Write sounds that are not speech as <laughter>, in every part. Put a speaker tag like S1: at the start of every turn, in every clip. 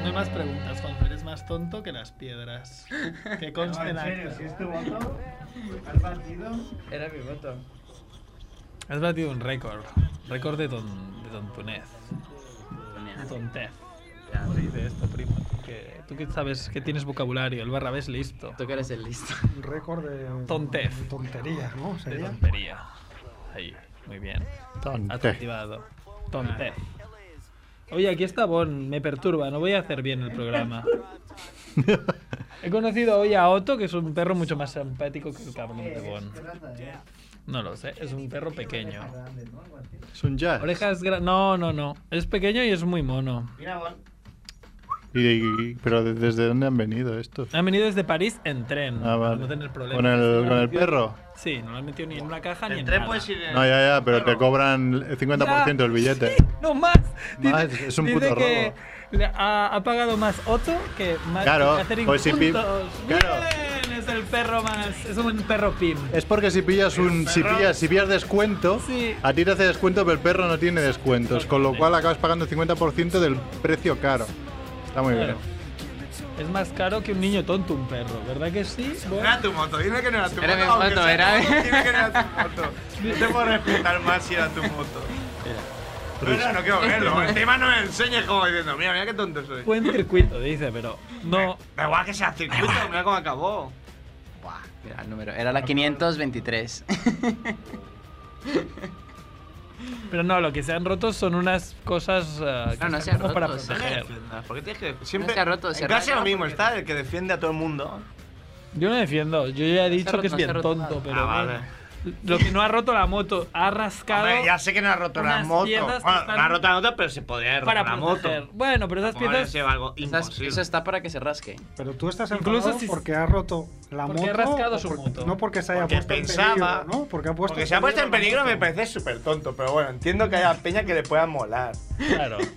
S1: Hazme más preguntas, Juanfer. Eres más tonto que las piedras. Que
S2: <laughs> No,
S1: conste
S2: en
S1: la
S2: serio, si este es tu voto, has batido.
S3: Era mi voto.
S1: Has batido un récord. Récord de, ton, de tontunez. De tontez.
S3: Ya,
S1: ¿Cómo se dice esto, primo? Tú que, tú que sabes que tienes vocabulario. El barrabés listo.
S3: Tú que eres el listo.
S4: Un récord de.
S1: Tontez.
S4: de Tontería, ¿no?
S1: De
S4: Sería.
S1: tontería. Ahí. Muy bien.
S5: <laughs>
S1: Has activado. Tontez. Oye, aquí está Bon. Me perturba. No voy a hacer bien el programa. He conocido hoy a Otto, que es un perro mucho más simpático que el cabrón de Bon. No lo sé. Es un perro pequeño.
S5: Es un jazz.
S1: Orejas grandes. No, no, no. Es pequeño y es muy mono.
S2: Mira, Bon.
S5: Y- y- pero de- ¿desde dónde han venido estos?
S1: Han venido desde París en tren.
S5: Ah,
S1: para
S5: vale.
S1: Ah, No tener problemas.
S5: ¿Con el, con el perro?
S1: Sí, no lo han metido ni en una caja ni
S2: El
S1: en
S2: tren
S1: nada.
S2: puedes ir en-
S5: No, ya, ya, pero te cobran el 50%
S1: Eh, Ya,
S5: el billete.
S1: sí, no más.
S5: Más, es un
S1: dice
S5: puto
S1: que le ha, ha pagado más Otto que más
S5: Claro,
S1: Catherine
S5: pues si pi-
S1: juntos.
S5: claro.
S1: Bien, es el perro más. Es un perro pim.
S5: Es porque si pillas un si pillas, si pillas descuento,
S1: Sí.
S5: a ti te hace descuento, pero el perro no tiene descuentos, con lo cual acabas pagando el 50% del precio caro. Está muy
S1: Claro.
S5: bien.
S1: Es más caro que un niño tonto un perro, ¿verdad que sí? Bueno,
S2: Era tu moto, dime que no era tu
S3: Era
S2: moto.
S3: mi
S2: aunque
S3: moto,
S2: sea
S3: era-
S2: tu moto, Dime que no era tu moto. No te puedo respetar más si era tu moto. No, no, no quiero verlo. Encima no me enseñes como diciendo, mira, mira qué tonto soy.
S1: Buen circuito, dice, pero no.
S2: Da igual que sea circuito, mira cómo acabó.
S3: Buah, mira el número. <laughs> Era la
S1: <laughs>
S3: 523.
S1: Pero no, lo que se han roto son unas cosas eh, que
S3: No, no
S1: están
S3: se han
S1: como para
S3: roto, se han
S1: proteger.
S2: ¿Por qué tienes que.? Siempre.
S3: se ha roto, se
S2: en
S3: ha
S2: clase
S3: roto.
S2: lo mismo está, el que defiende a todo el mundo.
S1: Yo no defiendo, yo ya he dicho
S3: roto,
S1: que es
S3: no se ha
S1: bien
S3: roto
S1: tonto,
S3: nada.
S1: pero
S2: Ah,
S1: bueno.
S2: vale.
S1: lo que no ha roto la moto, ha rascado
S2: Hombre, ya sé que no ha roto la
S1: unas
S2: moto. Bueno,
S1: piezas que están-
S2: no ha roto la moto, pero se podría haber roto
S1: para
S2: la
S1: proteger.
S2: moto.
S1: Bueno, pero esas
S2: Como
S1: piezas
S2: hubiera sido algo
S3: Esas-
S2: imposible.
S3: eso está para que se rasque.
S4: Pero tú estás
S1: Incluso
S4: enfadado
S1: si-
S4: porque ha roto la
S1: porque
S4: moto.
S1: ha rascado
S4: o
S1: su
S4: porque-
S1: moto.
S4: No porque se haya
S2: Porque
S4: puesto en
S2: pensaba-
S4: peligro, ¿no? Porque ha puesto
S2: Porque se ha puesto en peligro
S4: la
S2: me
S4: moto.
S2: parece súper tonto, pero bueno, entiendo que haya peña que le pueda molar.
S1: Claro. Es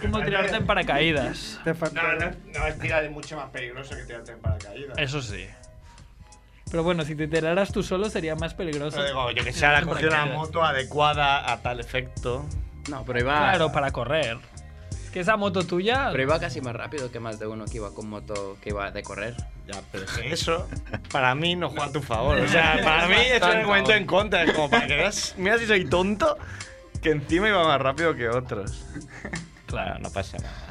S1: como tirarte en paracaídas.
S4: Te fa-
S2: no es tirar de mucho más peligroso que tirarte en paracaídas.
S1: Eso sí. Pero bueno, si te tiraras tú solo sería más peligroso.
S2: Pero digo, yo que sea la cogido una
S1: Paracaídas.
S2: moto adecuada a tal efecto.
S3: No, pero iba.
S2: ah.
S1: Claro, para correr. Es que esa moto tuya.
S3: Pero iba casi más rápido que más de uno que iba con moto que iba de correr.
S2: Ya, Ah, pero es <laughs> que eso, para mí, no juega a tu favor. O <laughs> sea, para mí es un argumento en contra. Es como para que veas, mira si soy tonto, que encima iba más rápido que otros. Claro, no pasa nada.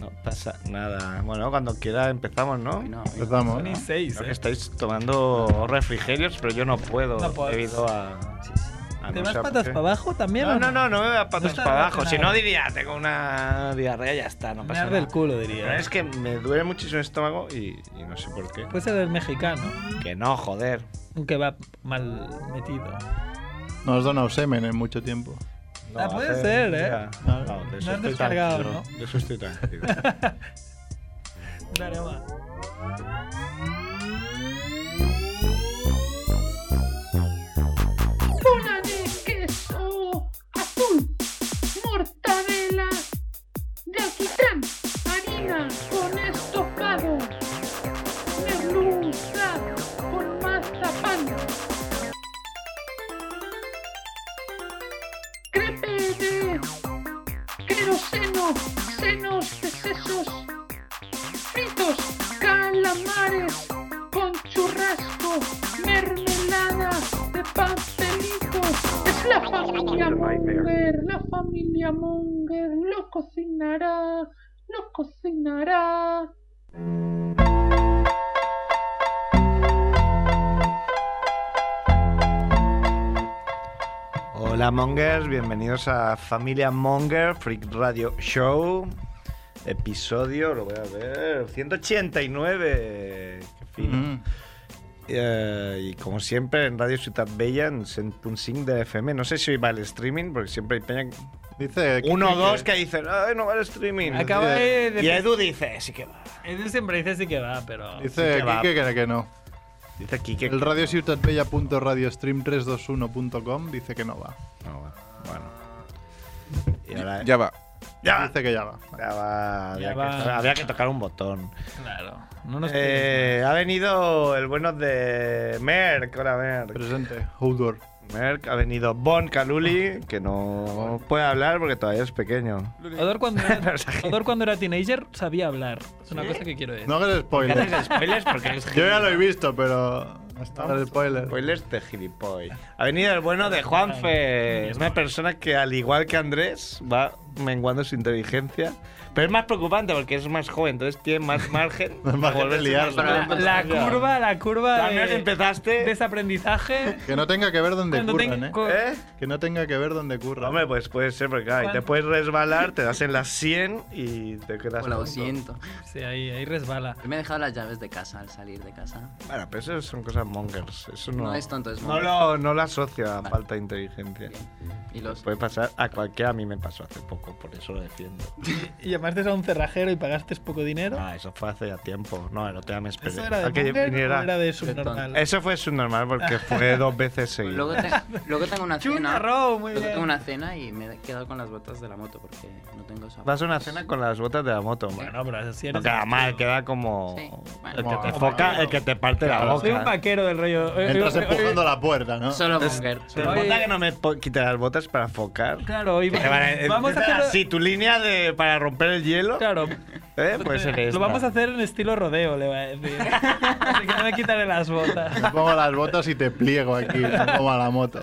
S2: No pasa nada. Bueno, cuando quiera empezamos, ¿no?
S3: Hoy no, hoy no.
S5: Empezamos.
S1: Ni seis,
S2: Creo
S1: eh.
S2: que estáis tomando refrigerios, pero yo no puedo
S1: No puedes.
S2: debido a. a
S1: ¿Te
S2: no
S1: vas
S2: sé a por
S1: patas
S2: qué.
S1: para abajo también?
S2: No,
S1: o
S2: no, no, no me voy a
S1: No
S2: patas
S1: está
S2: para abajo. Si
S1: relacionado.
S2: no, diría, tengo una diarrea y ya está, no
S1: Me
S2: pasa
S1: arde el
S2: nada.
S1: culo,
S2: Pero
S1: diría. ¿eh?
S2: es que me duele muchísimo el estómago y, y no sé por qué.
S1: Puede ser del mexicano.
S2: Que no, joder.
S1: Un kebab mal metido.
S5: No has donado semen en mucho tiempo.
S2: No,
S1: Ah, puede
S2: hace-
S1: ser, ¿eh?
S2: ya.
S5: No,
S2: No, de eso
S1: has
S2: estoy
S1: descargado,
S2: tranquilo,
S1: ¿no?
S2: De eso estoy <laughs> tranquilo.
S1: Dale, va.
S6: bola de queso azul, mortadela de alquitrán, harina con estofado, merluza con mazapán, crepe de queroseno, senos de sesos, fritos, calamares con churrasco, mermelada de pastelito. Es la familia Munger, la familia Munger lo cocinará, lo cocinará.
S2: Hola Mongers, bienvenidos a Familia Monger Freak Radio Show. Episodio, lo voy a ver, 189. Qué fino.
S5: Mm.
S2: Eh, y como siempre en Radio Ciudad Bella en 100.5 de la FM. No sé si hoy va el streaming, porque siempre hay peña,
S5: Dice
S2: uno o dos que dicen, ¡ay, no va el streaming!
S1: Acaba de.
S2: Y
S1: de...
S2: Edu dice, sí que va.
S1: Edu siempre dice sí que va, pero.
S5: Dice
S2: que va.
S5: Quique que, que no.
S2: Dice Kike.
S5: El Radio Ciutat Bella punto radiostream 321.com dice que no va.
S2: No, bueno, Ah, bueno. Y ahora,
S7: Eh. Ya va.
S2: Ya va.
S5: Dice que ya va.
S2: Ya va, había,
S1: Ya
S2: que,
S1: va.
S2: había que tocar un botón.
S1: Claro. No nos
S2: Eh, ha venido el bueno de Merck, hola Merck.
S5: Presente. Holdor.
S2: Merck, ha venido Bon Caluli, que no puede hablar porque todavía es pequeño.
S1: Odor cuando, era, Odor cuando era teenager sabía hablar. Es una cosa que quiero decir.
S5: No hagas spoilers.
S7: spoilers porque eres
S5: Yo ya lo he visto, pero. Hasta ahora spoilers.
S2: Spoilers de gilipoy. Ha venido el bueno de Juanfe. Es una persona que, al igual que Andrés, va menguando su inteligencia. Pero es más preocupante porque es más joven, entonces tiene más margen.
S5: Más margen de
S2: volverse
S5: liar,
S2: más
S5: ¿no?
S1: La,
S2: loco.
S1: la curva, la curva
S2: Al menos
S1: de
S2: empezaste.
S1: desaprendizaje.
S5: Que no tenga que ver donde
S1: Cuando
S5: curran,
S1: tengo-
S5: eh.
S1: co-
S2: ¿Eh?
S5: Que no tenga que ver donde curran.
S2: Hombre, pues puede ser, porque claro, ahí te
S1: ¿Cuánto?
S2: puedes resbalar, te das en las 100 y te quedas.
S3: Pues lo
S2: tonto.
S3: siento.
S1: Sí, ahí, ahí resbala.
S3: Yo me he dejado las llaves de casa al salir de casa.
S2: Bueno, pero eso son cosas mongers. Eso no,
S3: No es tonto, es
S2: no
S3: monger.
S2: lo, no lo asocio a falta de inteligencia.
S3: Y los.
S2: Puede pasar a cualquiera, a mí me pasó hace poco, por eso lo defiendo.
S1: Y llamaste a un cerrajero y pagaste poco dinero.
S2: Ah, eso fue hace ya tiempo. No, el otro día me esperé.
S1: ¿Eso era de
S2: a que
S1: monger
S2: viniera.
S1: o era de
S3: subnormal?
S1: subnormal?
S2: Eso fue subnormal
S1: <laughs>
S2: porque fue dos veces seguido.
S3: Luego, te- luego tengo una cena.
S1: Chunarro, muy
S3: Luego
S1: bien.
S3: tengo una cena y me he quedado con las botas de la moto porque no tengo esa.
S2: Vas a una cena con las botas de la moto, bueno.
S1: Bueno, pero así
S2: No
S1: eres.
S2: queda mal, queda como.
S3: Sí, bueno.
S2: El que te
S5: Como-
S2: foca, el que te parte la
S5: Claro,
S1: Soy un
S2: boca.
S1: vaquero del rollo. eh,
S5: Entras
S1: eh, eh,
S5: empujando a la puerta, ¿no?
S3: Solo monger.
S2: ¿Te importa que no me po- quite las botas para focar?
S1: Claro, hoy
S2: Te van
S1: va- vamos a
S2: empieza
S1: hacerlo.
S2: así, tu línea de, para romper el hielo.
S1: Claro.
S2: ¿eh? Puede ser
S1: Lo
S2: esta.
S1: vamos a hacer en estilo rodeo, le va a decir. Así que no me quitaré las botas.
S5: Me pongo las botas y te pliego aquí, no como a la moto.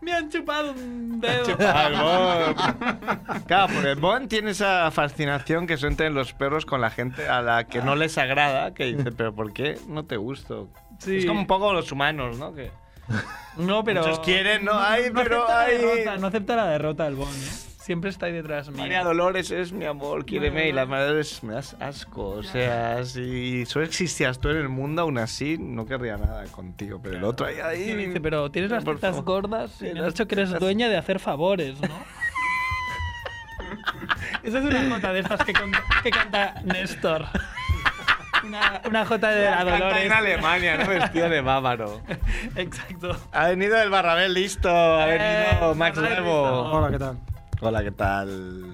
S1: Me han chupado un dedo.
S2: Al Bon. Claro, porque el Bon tiene esa fascinación que sienten los perros con la gente a la que no les agrada, que dice, pero ¿por qué no te gusto?
S1: Sí.
S2: Es como un poco los humanos, ¿no? Que
S1: No, pero.
S2: muchos quieren, ¿no? Ay, pero
S1: acepta la
S2: ay.
S1: derrota, no acepta la derrota el Bon, ¿eh? Siempre está ahí detrás mío.
S2: María Dolores es mi amor, quiéreme. Y la Dolores me das asco. O sea, si solo existías tú en el mundo, aún así no querría nada contigo. Pero el otro ahí, ahí.
S1: Y dice, pero tienes las
S2: Por
S1: tetas
S2: favor.
S1: gordas y
S2: Sí,
S1: me has
S2: las
S1: dicho que eres
S2: tetas-
S1: dueña de hacer favores, ¿no?
S2: <laughs>
S1: Esa es una jota de estas que, con- que canta Néstor. Una, una jota de la
S2: Canta en
S1: Dolores.
S2: Alemania, ¿no? Vestido de bávaro.
S1: <laughs> Exacto.
S2: Ha venido el Barrabel listo, ha
S1: Eh,
S2: venido Max
S1: Barrabel
S2: Nuevo.
S1: listo.
S4: Hola, ¿qué tal?
S2: Hola, ¿qué tal?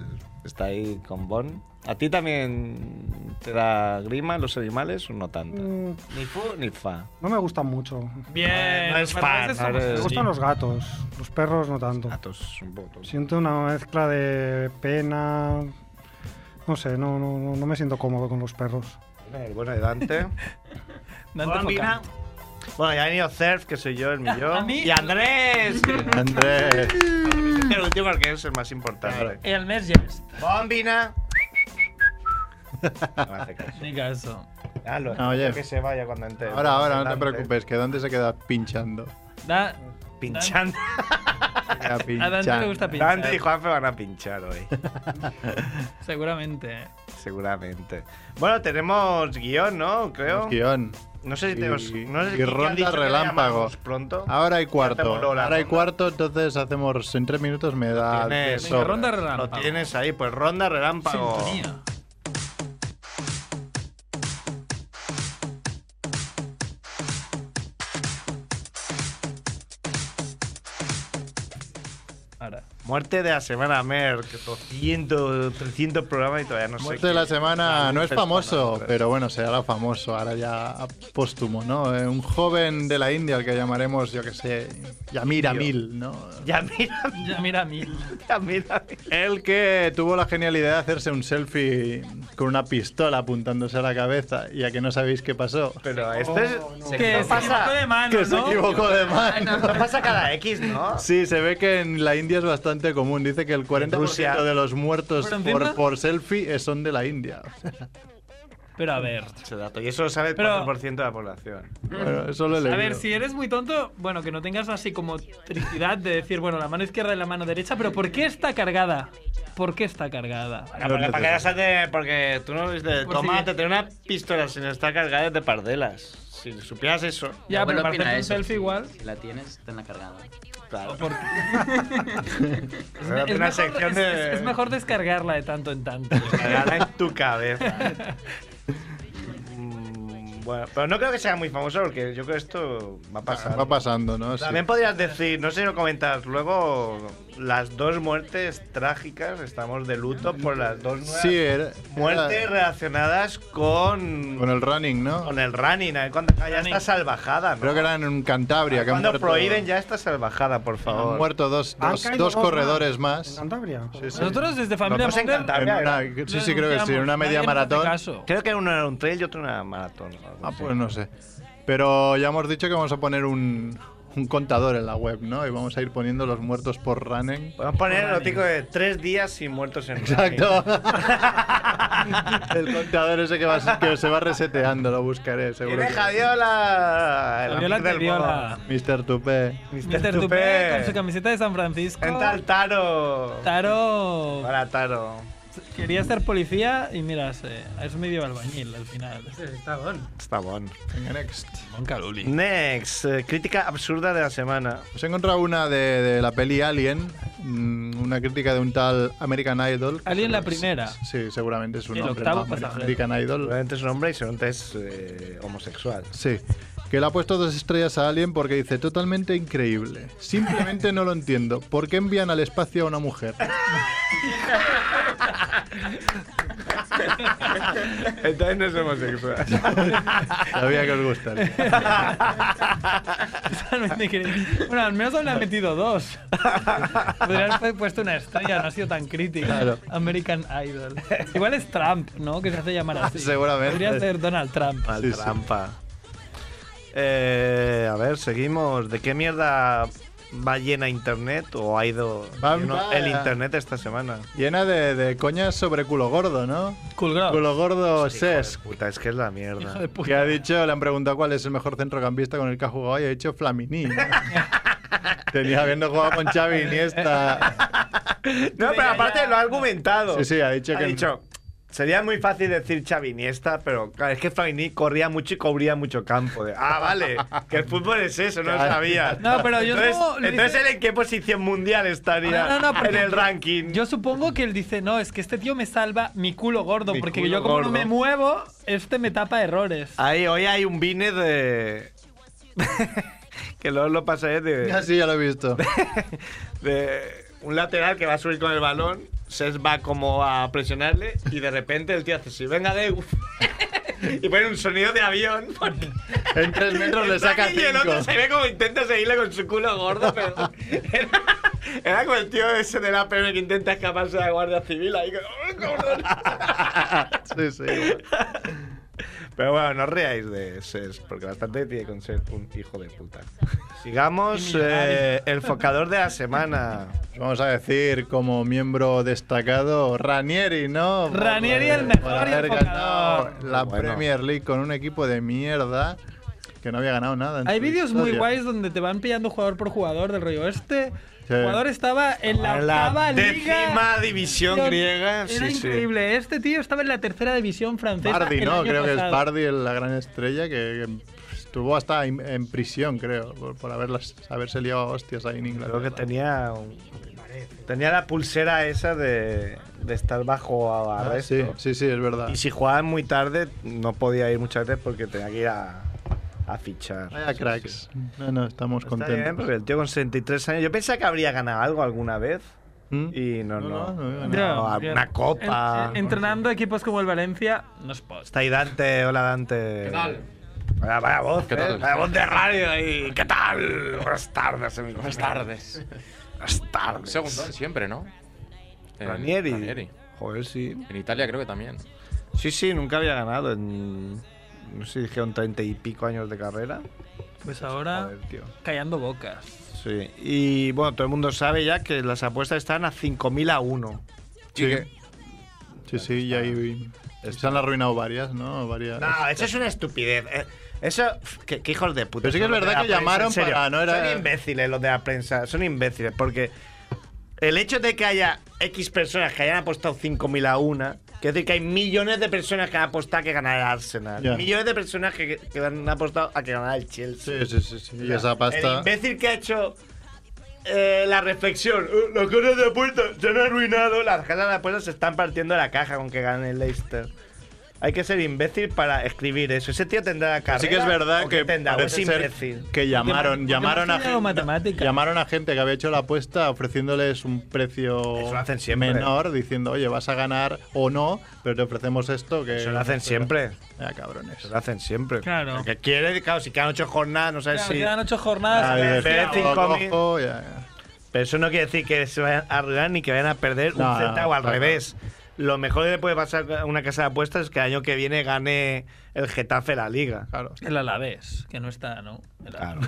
S2: ¿Está ahí con Bon? ¿A ti también te da grima los animales o no tanto?
S4: Mm,
S2: Ni fu ni fa.
S4: No me gustan mucho.
S1: Bien.
S2: No
S1: los
S2: es fan,
S1: barbases
S2: no
S1: somos
S2: eres-
S4: Me
S1: así.
S4: gustan los gatos, los perros no tanto.
S2: Gatos, un poco.
S4: Siento una mezcla de pena. No sé, no, no, no- no me siento cómodo con los perros.
S2: El bueno
S5: <laughs>
S2: de Dante.
S1: Dante
S2: Hola, Mina.
S1: Focán.
S2: Bueno, ya ha venido Cerf, que soy yo, el millón.
S1: A mí-
S2: Y Andrés.
S1: <laughs>
S5: Andrés.
S2: el último, porque es el más importante.
S1: Y el mes Jest.
S5: <laughs>
S2: Bombina. No me hace caso.
S1: Ni caso.
S2: Dalo,
S5: Ah, oye.
S2: que se vaya cuando entre.
S5: Ahora, ahora, no te
S2: Dante.
S5: preocupes, que Dante se queda pinchando.
S1: Da-
S2: Pinchando.
S5: Se queda
S1: <laughs> a Dante le gusta
S5: pinchando.
S1: pinchar.
S2: Dante y Juanfe van a pinchar hoy,
S1: Seguramente.
S2: seguramente. Bueno, tenemos guión, ¿no? Creo.
S5: Guión.
S2: No sé si
S5: Y-
S2: tenemos. No sé si
S5: y
S2: Kiki ha
S5: ronda
S2: dicho que le
S5: relámpago. Ah,
S2: llamamos Pronto.
S5: Ahora hay
S2: Ya
S5: cuarto.
S2: hacemos luego la
S5: Ahora hay
S2: ronda.
S5: cuarto, entonces hacemos en tres minutos me da.
S2: Tienes-
S5: de
S1: Venga,
S5: sobra.
S1: ronda
S2: Lo
S1: relámpago.
S2: tienes ahí, pues ronda relámpago.
S1: Sintonía. Ahora.
S2: Muerte de la semana, Merck. 200, 300 programas y todavía no sé.
S5: Muerte
S2: qué.
S5: de la semana
S2: Claro,
S5: no es
S2: festa,
S5: famoso,
S2: ¿no?
S5: pero bueno, se hará famoso, ahora ya póstumo, ¿no? Eh, Un joven de la India, al que llamaremos, yo que sé, Yamir Amil, ¿no?
S2: Ya mira,
S1: Ya mira a mí.
S2: ya mira.
S5: El que tuvo la genialidad de hacerse un selfie con una pistola apuntándose a la cabeza, y a que no sabéis qué pasó.
S2: Pero este es.
S3: Se
S1: Oh,
S3: quitó-
S1: Que se equivocó
S2: <laughs>
S1: de mano,
S5: Que se
S1: ¿no?
S5: equivocó de mano.
S2: No pasa cada X, ¿no?
S1: <laughs>
S5: Sí, se ve que en la India es bastante común. Dice que el 40%
S2: Rusia.
S5: de los muertos
S1: Por encima.
S5: por, por selfie eh, son de la India.
S1: Pero a ver.
S2: Ese dato. Y eso lo sabe el
S1: Pero-
S2: 4% de la población.
S5: Bueno, eso lo he
S1: A
S5: leído.
S1: ver, si eres muy tonto, bueno, que no tengas así como tricidad de decir, bueno, la mano izquierda y la mano derecha, pero ¿por qué está cargada? ¿Por qué está cargada?
S2: Ah, porque,
S5: No
S2: para que
S5: necesito.
S2: salte- porque tú no viste.
S1: Por
S2: Toma,
S1: si-
S2: te tengo una pistola sin estar cargada de pardelas. Si supieras eso.
S1: Ya,
S3: Abuelo
S1: pero para
S3: opina
S1: hacerte un
S3: eso.
S1: selfie igual.
S3: Si la tienes, tenla cargada.
S2: Claro.
S1: Es,
S2: una
S1: mejor,
S2: sección
S1: es-
S2: de-
S1: es- es mejor descargarla de tanto en tanto.
S2: Cagada en tu cabeza. Mm, bueno, pero no creo que sea muy famoso porque yo creo que esto va a pasar.
S5: Va pasando, ¿no? Sí.
S2: También podrías decir, no sé si lo comentas luego, las dos muertes trágicas, estamos de luto por las dos nuevas
S5: Sí, era-
S2: muertes
S5: era-
S2: relacionadas eh, con,
S5: Con el running, ¿no?
S2: con el running. ¿eh? Cuando ya
S1: Running.
S2: está salvajada, ¿no?
S5: Creo que eran en Cantabria. Que han
S2: Cuando
S5: muerto-
S2: prohíben ya esta salvajada, por
S5: Han
S2: favor.
S5: muerto dos,
S1: Ah,
S4: Han
S5: dos-
S4: caído
S5: dos
S4: dos
S5: corredores más.
S4: ¿En Cantabria?
S5: Sí, sí.
S1: Nosotros desde Familia
S2: Nos hemos
S1: Munger
S2: encantado.
S5: En una-
S1: lo
S5: sí, sí, creo que sí. En una media
S1: denunciamos. Nadie nos hace
S5: maratón.
S1: caso.
S2: Creo que uno era un trail y otro una maratón. o algo
S5: Ah,
S2: así.
S5: pues no sé. Pero ya hemos dicho que vamos a poner un, un contador en la web, ¿no? Y vamos a ir poniendo los muertos por running.
S2: Podemos poner el tico de tres días sin muertos en
S5: <laughs> Exacto. el contador ese que, va- que se va reseteando, lo buscaré,
S2: running.
S5: seguro.
S2: Viene
S5: que-
S2: Javiola. el
S1: Viola
S2: amigo
S1: te
S2: del
S1: viola.
S5: Mr. Tupé.
S1: Mr. Tupé, con su camiseta de San Francisco.
S2: Entra el Taro.
S1: Taro
S2: Hola, Taro.
S1: quería ser policía y mira, se- es medio albañil al final.
S7: Está bon.
S2: Está bueno.
S5: Venga, next.
S2: Next, eh, crítica absurda de la semana.
S5: Os he encontrado una de, de la peli Alien, mm, una crítica de un tal American Idol. que
S1: Alien la
S5: seguro-
S1: primera. <laughs>
S5: Sí, seguramente es un
S1: El
S5: nombre.
S1: octavo
S5: ¿no?
S1: pasajero.
S5: American Idol. ¿eh?
S2: Seguramente es un hombre y seguramente es eh, homosexual.
S5: Sí. Que le ha puesto dos estrellas a Alien porque dice totalmente increíble. Simplemente no lo entiendo. ¿Por qué envían al espacio a una mujer?
S2: Entonces no es homosexual.
S5: Sabía que os
S1: <laughs>
S5: gustaría.
S1: Totalmente increíble. Bueno, al menos le han
S5: <laughs>
S1: metido dos. Podría haber puesto una estrella, no ha sido tan crítica.
S5: Claro.
S1: American Idol. Igual es Trump, ¿no? Que se hace llamar
S5: <laughs>
S1: así.
S5: Seguramente.
S1: Podría ser Donald Trump.
S2: Mal
S5: Sí, sí.
S2: trampa. Eh, a ver, seguimos. ¿De qué mierda va llena internet o ha ido
S5: Va-
S2: lleno
S5: va-
S2: el internet esta semana?
S5: Llena de, de coñas sobre culo gordo, ¿no?
S1: Cool girl.
S5: Culo gordo
S2: Hijo de
S5: Sesc.
S2: puta, Pues es que es la mierda.
S5: Que ha dicho, le han preguntado cuál es el mejor centrocampista con el que ha jugado y ha dicho Flamini.
S1: <laughs>
S5: Tenía habiendo jugado con Xavi Iniesta.
S2: No, pero aparte lo ha argumentado.
S5: Sí, sí, ha dicho que-
S2: dicho, sería muy fácil decir Xavi Iniesta, pero claro, es que Flamini corría mucho y cubría mucho campo. De, ah, vale, que el fútbol es eso, no lo
S5: Claro.
S2: sabía.
S1: No, pero yo
S2: entonces,
S1: no, lo
S2: entonces,
S1: hice-
S2: ¿él en qué posición mundial estaría
S1: No, no, no,
S2: en
S1: porque
S2: el ranking?
S1: Yo supongo que él dice, no, es que este tío me salva mi culo gordo,
S2: Mi
S1: porque
S2: culo
S1: yo como
S2: gordo. Ah,
S1: no me muevo, este me tapa errores.
S2: Ahí, hoy hay un vine de... <laughs> que luego lo pasaré de...
S5: Así Ah, ya lo he visto.
S2: de un lateral que va a subir con el balón, Ses va como a presionarle y de repente el tío hace así, venga Deu. <laughs> y pone un sonido de avión. porque
S5: En tres metros le
S2: el
S5: saca
S2: Dani Y el otro se
S5: cinco.
S2: ve como intenta seguirle con su culo gordo, pero era, era como el tío ese del APM que intenta escaparse de la Guardia Civil ahí. que, "Ay, cabrón".
S5: Sí, sí. igual.
S2: Pero bueno, no os reáis de Ses, porque bastante tiene con ser un hijo de puta. Sigamos eh, el focador de la semana.
S5: Vamos a decir como miembro destacado Ranieri, ¿no? Por-
S1: Ranieri, el
S5: por
S1: mejor
S5: haber
S1: enfocador.
S5: ganado la
S2: Bueno.
S5: Premier League con un equipo de mierda que no había ganado nada. en
S1: Hay
S5: su
S1: vídeos muy
S5: historia.
S1: guays donde te van pillando jugador por jugador del rollo este.
S5: Sí.
S1: Jugador estaba en la octava
S2: décima
S1: liga.
S2: división griega.
S1: Era
S2: sí, sí.
S1: increíble. Este tío estaba en la tercera división francesa.
S5: Bardi,
S1: el
S5: ¿no?
S1: año
S5: Creo que es
S1: pasado.
S5: Bardi el- la gran estrella que, que estuvo hasta en, en prisión, creo, por, por haberlas, haberse liado a hostias ahí en Inglaterra.
S2: Creo que tenía un- tenía la pulsera esa de, de estar bajo a-
S5: Ah,
S2: arresto.
S5: sí, sí, sí, es verdad.
S2: Y si jugaban muy tarde, no podía ir muchas veces porque tenía que ir a, a fichar.
S5: Vaya
S2: Sí, sí.
S5: cracks. No, no, estamos
S2: Está
S5: contentos.
S2: bien, porque el tío con 63 años. Yo pensaba que habría ganado algo alguna vez.
S5: ¿Mm?
S2: Y no,
S5: No,
S2: no.
S5: no, no había
S1: Ya,
S2: No,
S1: ya.
S2: una copa.
S1: En- en- entrenando equipos como el Valencia, no es post.
S2: Está ahí Dante. Hola, Dante.
S3: ¿Qué tal?
S2: Vaya, vaya voz,
S3: ¿Qué
S2: ¿eh?
S3: tal?
S2: Vaya voz de radio ahí. ¿Qué tal? Buenas tardes, amigo.
S3: Buenas tardes.
S2: Buenas tardes. Eh,
S3: Segundón siempre, ¿no? En-
S2: Ranieri.
S3: Ranieri.
S2: Joder, sí.
S3: En Italia creo que también.
S2: Sí, sí, nunca había ganado en. No sé, dijeron treinta y pico años de carrera.
S1: Pues ahora,
S2: Joder, tío.
S1: callando bocas.
S2: Sí. Y bueno, todo el mundo sabe ya que las apuestas están a 5.000 a 1.
S5: Sí, sí, sí, y ahí se han arruinado varias, ¿no? Varias.
S2: No, eso es una estupidez. Eh, Eso, que, que hijos de puta.
S5: Pero sí que es
S2: Los de
S5: verdad
S2: la
S5: que llamaron
S2: en serio.
S5: para- no era-
S2: Son imbéciles los de la prensa, son imbéciles, porque el hecho de que haya X personas que hayan apostado 5.000 a una, quiere decir que hay millones de personas que han apostado a que ganara el Arsenal.
S5: Ya.
S2: Millones de personas que, que han apostado a que ganara el Chelsea.
S5: Sí, sí, sí, sí. Y esa
S2: El
S5: pasta.
S2: imbécil que ha hecho eh, la reflexión. "Eh, Las casas de apuestas se han arruinado. Las casas de apuestas se están partiendo la caja con que gane el Leicester. Hay que ser imbécil para escribir eso. Ese tío tendrá carrera.
S5: Así que es verdad
S2: o
S5: que
S2: qué tendrá, o es
S5: parece ser
S2: imbécil.
S5: que llamaron,
S1: Porque
S5: llamaron,
S1: me
S5: a
S1: ha enseñado
S5: gente,
S1: matemáticas.
S5: llamaron a gente que había hecho la apuesta ofreciéndoles un
S2: Eso
S5: precio
S2: lo hacen siempre.
S5: menor, diciendo, oye, vas a ganar o no, pero te ofrecemos esto. Que
S2: Eso lo hacen siempre.
S5: Ya, cabrones.
S2: Eso lo hacen siempre.
S1: Claro.
S2: El que quiere, claro, si quedan ocho jornadas, no sabes
S1: Claro,
S2: si.
S1: Quedan ocho
S5: Ah,
S1: jornadas.
S5: dices,
S2: Pero
S5: "Tío,
S2: cinco
S5: lo
S2: mil".
S5: cojo", ya, ya.
S2: Pero eso no quiere decir que se vayan a arruinar ni que vayan a perder
S5: No,
S2: un centavo,
S5: no,
S2: al
S5: claro.
S2: revés. Lo mejor que le puede pasar a una casa de apuestas es que el año que viene gane el Getafe la liga.
S5: Claro.
S1: El Alavés, que no está, ¿no? El
S2: Claro.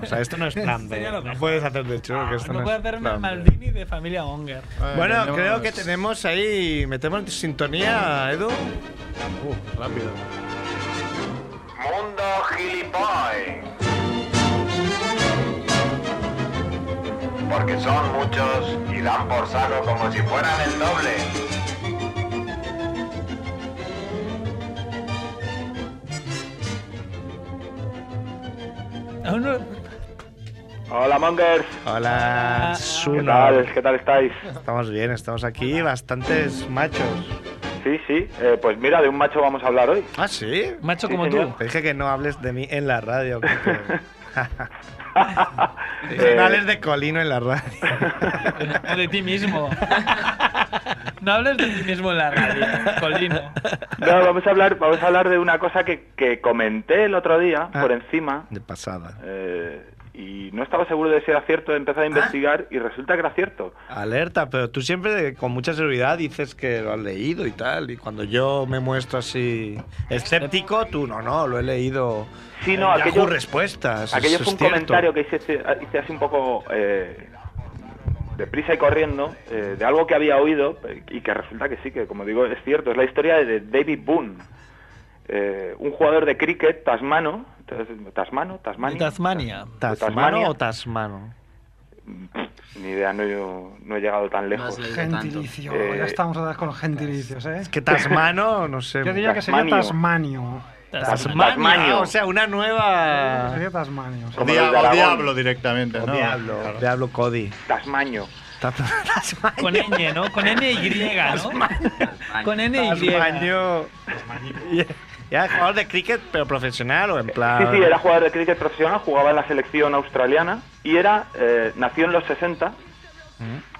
S2: o sea, esto no es plan B.
S1: Sería lo
S2: No
S1: mejor.
S2: puedes hacer de chulo que esto
S1: No
S2: no, es
S1: puede hacerme el
S2: plan B.
S1: Maldini de familia Onger.
S2: Ah, Bueno,
S5: tenemos-
S2: creo que tenemos ahí. Metemos en sintonía, Edu.
S5: Uh, rápido.
S7: Mundo gilipollas. Porque son muchos y dan por saco como si fueran el doble.
S1: Aún no-
S8: Hola Mongers,
S2: Hola,
S8: Ah, ¿qué
S2: Suno.
S8: tal? ¿Qué tal estáis?
S2: Estamos bien, estamos aquí bastantes machos.
S8: Sí, sí, eh, pues mira, de un macho vamos a
S2: <laughs>
S8: hablar hoy.
S2: Ah, sí.
S1: Macho
S8: Sí,
S1: como tú.
S8: señor.
S2: Te dije que no hables de mí en la radio. Kiko.
S8: <laughs>
S2: Te dije,
S8: Eh,
S2: no hables de Colino en la radio.
S1: O de ti mismo. No hables de ti mismo en la radio, Colino.
S8: no, vamos a hablar, vamos a hablar de una cosa que, que comenté el otro día
S2: Ah.
S8: por encima
S2: De pasada.
S8: eh, y no estaba seguro de si era cierto. He
S2: Ah.
S8: empezado a investigar y resulta que era cierto.
S2: Alerta, pero tú siempre con mucha seguridad dices que lo has leído y tal. Y cuando yo me muestro así escéptico, tú no, no, lo he leído.
S8: Sí,
S2: en
S8: no,
S2: Yahoo
S8: aquello-
S2: respuestas.
S8: Aquello
S2: eso
S8: fue
S2: es
S8: un
S2: cierto.
S8: comentario que hice, hice así un poco eh, deprisa y corriendo eh, de algo que había oído eh, y que resulta que sí, que como digo es cierto. Es la historia de David Boone, eh, un jugador de cricket tasmano, tas- tasmano,
S1: De
S8: tasmania.
S1: Tasmania.
S2: ¿Tasmano
S8: Tasmania.
S2: o tasmano?
S8: Ni idea, no, he- no he llegado tan
S3: No
S8: lejos.
S3: has leído tanto.
S4: Gentilicio,
S8: Eh,
S4: ya estamos a dar con los gentilicios, ¿eh?
S2: Que tasmano, no sé.
S4: Yo diría que sería Tasmanio.
S2: Tasmania,
S8: Tasmanio.
S2: O sea, una nueva.
S4: Sería Tasmanio. sí.
S8: Como
S5: Dia-
S8: los de
S5: o
S8: Aragón.
S5: diablo directamente,
S2: O
S5: ¿no?
S2: Diablo.
S5: Claro.
S2: Diablo Cody.
S8: Tasmaño.
S2: Ta- ta- Tasmania.
S1: Con E ñ, ¿no? Con ñ y griega, ¿no? Con ñ y griega.
S2: Tasmaño. Ya- Ya, jugador de cricket, pero profesional o en plan.
S8: Sí, sí, era jugador de cricket profesional, jugaba en la selección australiana y era eh, nació en los 60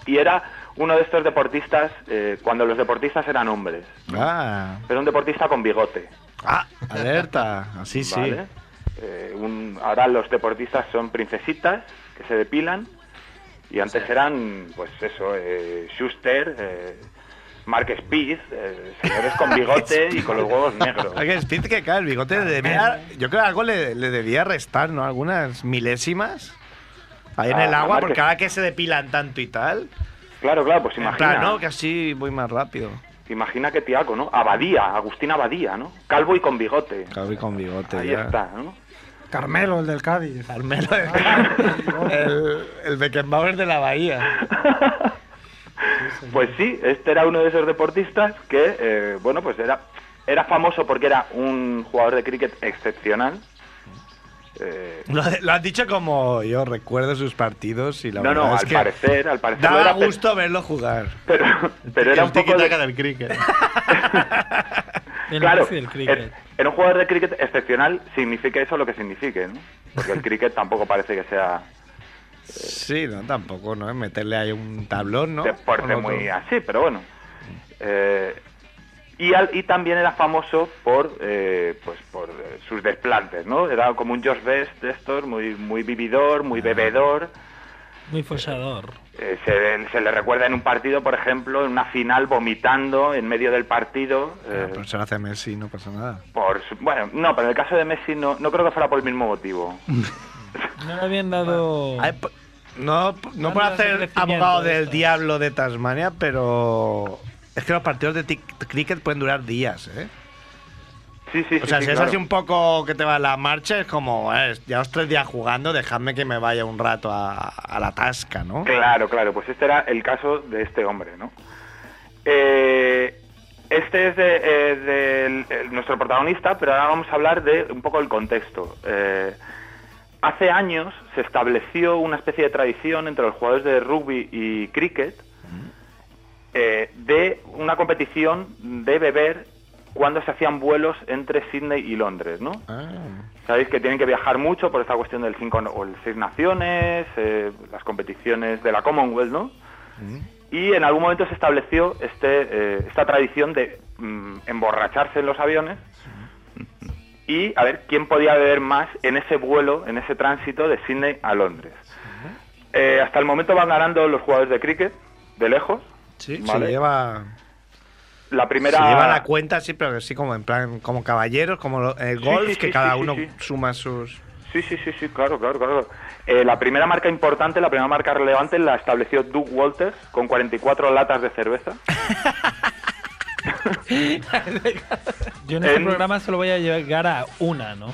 S8: y era uno de estos deportistas eh, cuando los deportistas eran hombres.
S2: Ah,
S8: Era un deportista con bigote.
S2: ah, alerta. Así sí.
S8: ¿vale? Eh, un- ahora los deportistas son princesitas que se depilan y antes eran, pues eso, eh, Schuster, eh, Mark Speed, eh, señores
S2: <laughs>
S8: con bigote y con los huevos negros.
S2: Hay que decir que, claro, el bigote le debía. Yo creo que algo le, le debía restar, ¿no? Algunas milésimas. Ahí en
S8: Ah,
S2: el agua,
S8: Marquez.
S2: porque ahora que se depilan tanto y tal.
S8: Claro, claro, pues
S2: En
S8: imagina.
S2: plan, no, que así voy más rápido.
S8: Imagina que Tiago, ¿no? Abadía, Agustín Abadía, ¿no? Calvo y con bigote.
S2: Claro, y con bigote.
S8: Ahí
S2: ya.
S8: está, ¿no?
S4: Carmelo, el del Cádiz.
S2: Carmelo de- el, el Beckenbauer de la
S1: ah.
S2: Bahía.
S8: Pues sí, este era uno de esos deportistas que, eh, bueno, pues era, era famoso porque era un jugador de cricket excepcional. Eh,
S2: Lo, lo has dicho como yo recuerdo sus partidos y la
S8: no,
S2: verdad
S8: no,
S2: es
S8: al
S2: que
S8: parecer, al parecer lo
S2: daba
S8: era, pe-
S2: gusto verlo jugar.
S8: pero, <laughs> pero era
S5: el
S8: un poco... de-
S5: tiki-taka del cricket.
S1: El
S8: claro,
S1: inicio del cricket.
S8: er- era un jugador de cricket excepcional, significa eso lo que signifique, ¿no? Porque el cricket tampoco parece que sea
S2: Sí, no, tampoco, ¿no? Meterle ahí un tablón, ¿no? Con
S8: deporte
S2: otro.
S8: muy así, pero bueno. Eh, y, al- y también era famoso por eh, pues por eh, sus desplantes, ¿no? Era como un Josh Best de estos, muy, muy vividor, muy bebedor.
S1: Muy fosador.
S8: Eh, se, se le recuerda en un partido, por ejemplo, en una final vomitando en medio del partido. eh,
S2: Ah, Pero se lo hace Messi, no pasa nada.
S8: por su- bueno, no, pero en el caso de Messi no, no creo que fuera por el mismo motivo.
S2: Mm.
S1: No le habían dado.
S2: Ay, po- no no por
S1: Dándole
S2: hacer
S1: enriquecimiento
S2: abogado
S1: de
S2: del
S1: estos.
S2: diablo de Tasmania, pero es que los partidos de tic- cricket pueden durar días, ¿eh?
S8: Sí, sí, sí.
S2: O sea,
S8: sí,
S2: si es
S8: claro.
S2: así un poco que te va la marcha, es como, eh, ya os tres días jugando, dejadme que me vaya un rato a, a la tasca, ¿no?
S8: Claro, claro, pues este era el caso de este hombre, ¿no? Eh, este es de, eh, del- el- nuestro protagonista, pero ahora vamos a hablar de un poco el contexto. Eh, hace años se estableció una especie de tradición entre los jugadores de rugby y cricket eh, de una competición de beber cuándo se hacían vuelos entre Sydney y Londres, ¿no? Sabéis que tienen que viajar mucho por esta cuestión del 5 o el 6 naciones, eh, las competiciones de la Commonwealth, ¿no?
S2: Mm.
S8: Y en algún momento se estableció este, eh, esta tradición de mm, emborracharse en los aviones
S2: Mm.
S8: y a ver quién podía beber más en ese vuelo, en ese tránsito de Sydney a Londres. Eh, hasta el momento van ganando los jugadores de cricket, de lejos.
S2: Sí,
S8: Vale.
S2: se lleva.
S8: La primera.
S2: Se lleva la cuenta, sí, pero sí, como en plan, como caballeros, como lo- el
S8: Sí,
S2: golf,
S8: sí, sí,
S2: que cada
S8: sí, sí,
S2: uno
S8: sí.
S2: suma sus.
S8: Sí, sí, sí, sí, claro, claro, claro. Eh, la primera marca importante, la primera marca relevante la estableció Doug Walters con 44 latas de cerveza.
S1: Yo en este
S8: En-
S1: programa solo voy a llegar a una, ¿no?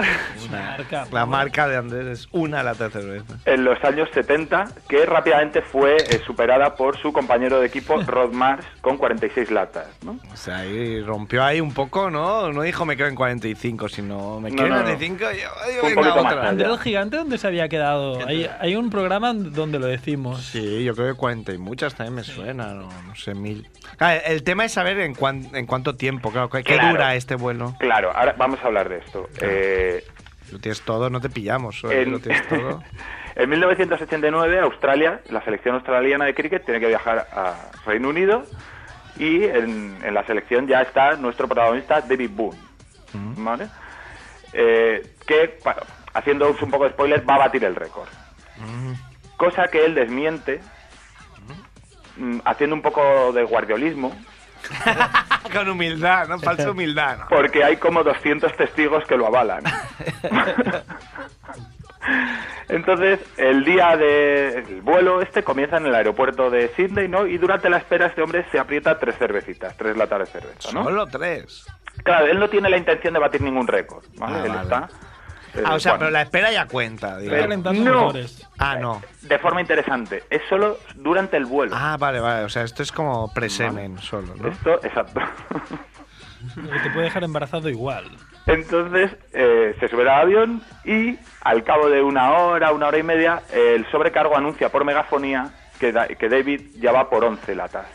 S1: Una marca.
S2: La marca de Andrés es una lata de cerveza.
S8: en los años 70, que rápidamente fue eh, superada por su compañero de
S2: <laughs>
S8: equipo Rod Mars con 46 latas. ¿no?
S2: O sea, ahí rompió ahí un poco, ¿no? No dijo me quedo en 45, sino me
S8: No,
S2: quedo en
S8: no, no.
S2: 45 yo,
S8: Fue
S2: yo
S8: un
S2: venga,
S8: poquito más
S2: otra.
S8: allá.
S1: Andrés el Gigante, ¿dónde se había quedado? Hay, hay un programa donde lo decimos.
S2: Sí, yo creo que 40 y muchas también me suena, no, no sé, mil. Claro, el tema es saber en, cuán- en cuánto tiempo, claro, qué qué
S8: Claro.
S2: dura este vuelo.
S8: Claro, ahora vamos a hablar de esto. Eh,
S2: Lo tienes todo, no te pillamos, oye,
S8: en-
S2: lo tienes todo.
S8: <laughs> en 1989, Australia, la selección australiana de cricket, tiene que viajar a Reino Unido y en, en la selección ya está nuestro protagonista David Boone,
S2: Mm.
S8: ¿vale? Eh, que, pa- haciendo un poco de spoiler, va a batir el récord.
S2: Mm.
S8: Cosa que él desmiente, mm, haciendo un poco de guardiolismo,
S2: Con humildad, ¿no? Falsa humildad, ¿no?
S8: porque hay como 200 testigos que lo
S2: <laughs>
S8: avalan. Entonces, el día del vuelo este comienza en el aeropuerto de Sydney, ¿no? Y durante la espera este hombre se aprieta tres cervecitas, tres latas de cerveza, ¿no?
S2: Solo tres.
S8: Claro, él no tiene la intención de batir ningún récord, ¿vale?
S2: Ah,
S8: él
S2: vale.
S8: está... eh,
S2: Ah, o sea,
S8: bueno,
S2: pero la espera ya cuenta,
S1: Está
S2: digamos.
S1: calentando
S8: No.
S1: motores.
S2: Ah, no.
S8: De forma interesante, es solo durante el vuelo.
S2: Ah, vale, vale. O sea, esto es como presemen solo, ¿no?
S8: Esto, exacto. <laughs>
S1: Lo que te puede dejar embarazado igual.
S8: Entonces eh, se sube al avión y al cabo de una hora, una hora y media, el sobrecargo anuncia por megafonía que, Da- que David ya va por 11 latas.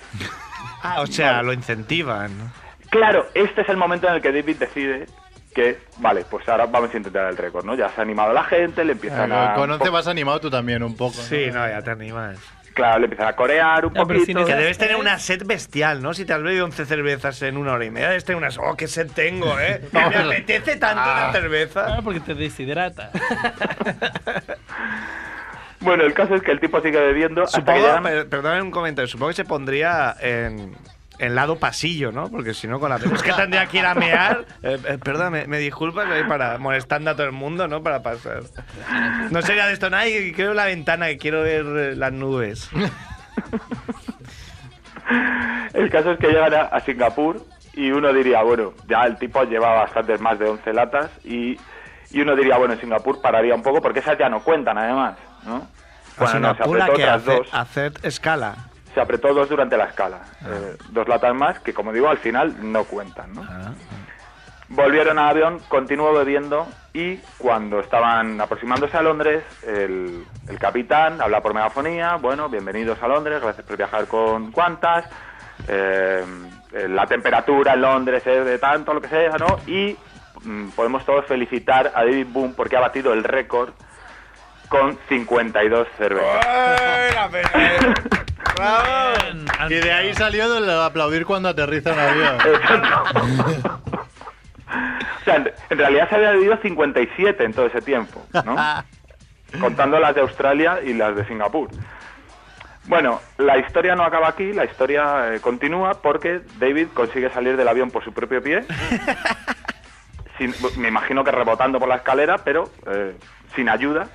S2: Ah, o sea, lo incentivan. ¿no?
S8: Claro, este es el momento en el que David decide que, vale, pues ahora vamos a intentar el récord, ¿no? Ya se ha animado la gente, le empiezan a...
S5: Con
S8: un
S5: 11
S8: po-
S5: Eh, vas animado tú también un poco.
S2: Sí, no, ya te animas.
S8: Claro, le empiezan a corear un
S1: Ya, pero si
S8: poquito.
S2: Que
S1: Esas
S2: debes tener
S1: tres.
S2: una sed bestial, ¿no? Si te has bebido 11 cervezas en una hora y media, debes tener unas. ¡Oh, qué sed tengo, <laughs> eh! Me apetece tanto una cerveza.
S1: Claro, porque te deshidrata.
S8: Bueno, el caso es que el tipo sigue bebiendo hasta que
S2: Supongo,
S8: llegan...
S2: per- perdóname un comentario, supongo que se pondría en, en lado pasillo, ¿no? Porque si no, con la. Es que tendría que ir a mear. <laughs> Eh, eh, perdón, me, me disculpas ahí para molestando a todo el mundo, ¿no? Para pasar. No sería de esto, ay, quiero la ventana, que quiero ver eh, las nubes.
S8: <laughs> El caso es que llegan a, a Singapur y uno diría, bueno, ya el tipo lleva bastantes más de 11 latas y, y uno diría, bueno, en Singapur pararía un poco porque esas ya no cuentan además, ¿no?
S2: Es
S8: Bueno,
S2: una
S8: no, se apretó
S2: que
S8: otras
S2: hace,
S8: dos.
S2: hacer escala.
S8: Se apretó dos durante la escala. eh, dos latas más que, como digo, al final no cuentan, ¿no? Volvieron al avión, continuó bebiendo y cuando estaban aproximándose a Londres, el, el capitán habla por megafonía, bueno, bienvenidos a Londres, gracias por viajar con cuantas, eh, eh, la temperatura en Londres es de tanto, lo que sea, ¿no? Y mm, podemos todos felicitar a David Boone porque ha batido el récord con 52 cervezas.
S2: ¡Bravo!
S5: Y de ahí salió el aplaudir cuando aterriza un
S2: <laughs>
S5: avión.
S8: O sea, en, en realidad se había bebido 57 en todo ese tiempo, ¿no? Contando las de Australia y las de Singapur. Bueno, la historia no acaba aquí, la historia eh, continúa porque David consigue salir del avión por su propio pie. Sin- me imagino que rebotando por la escalera, pero eh, sin ayuda.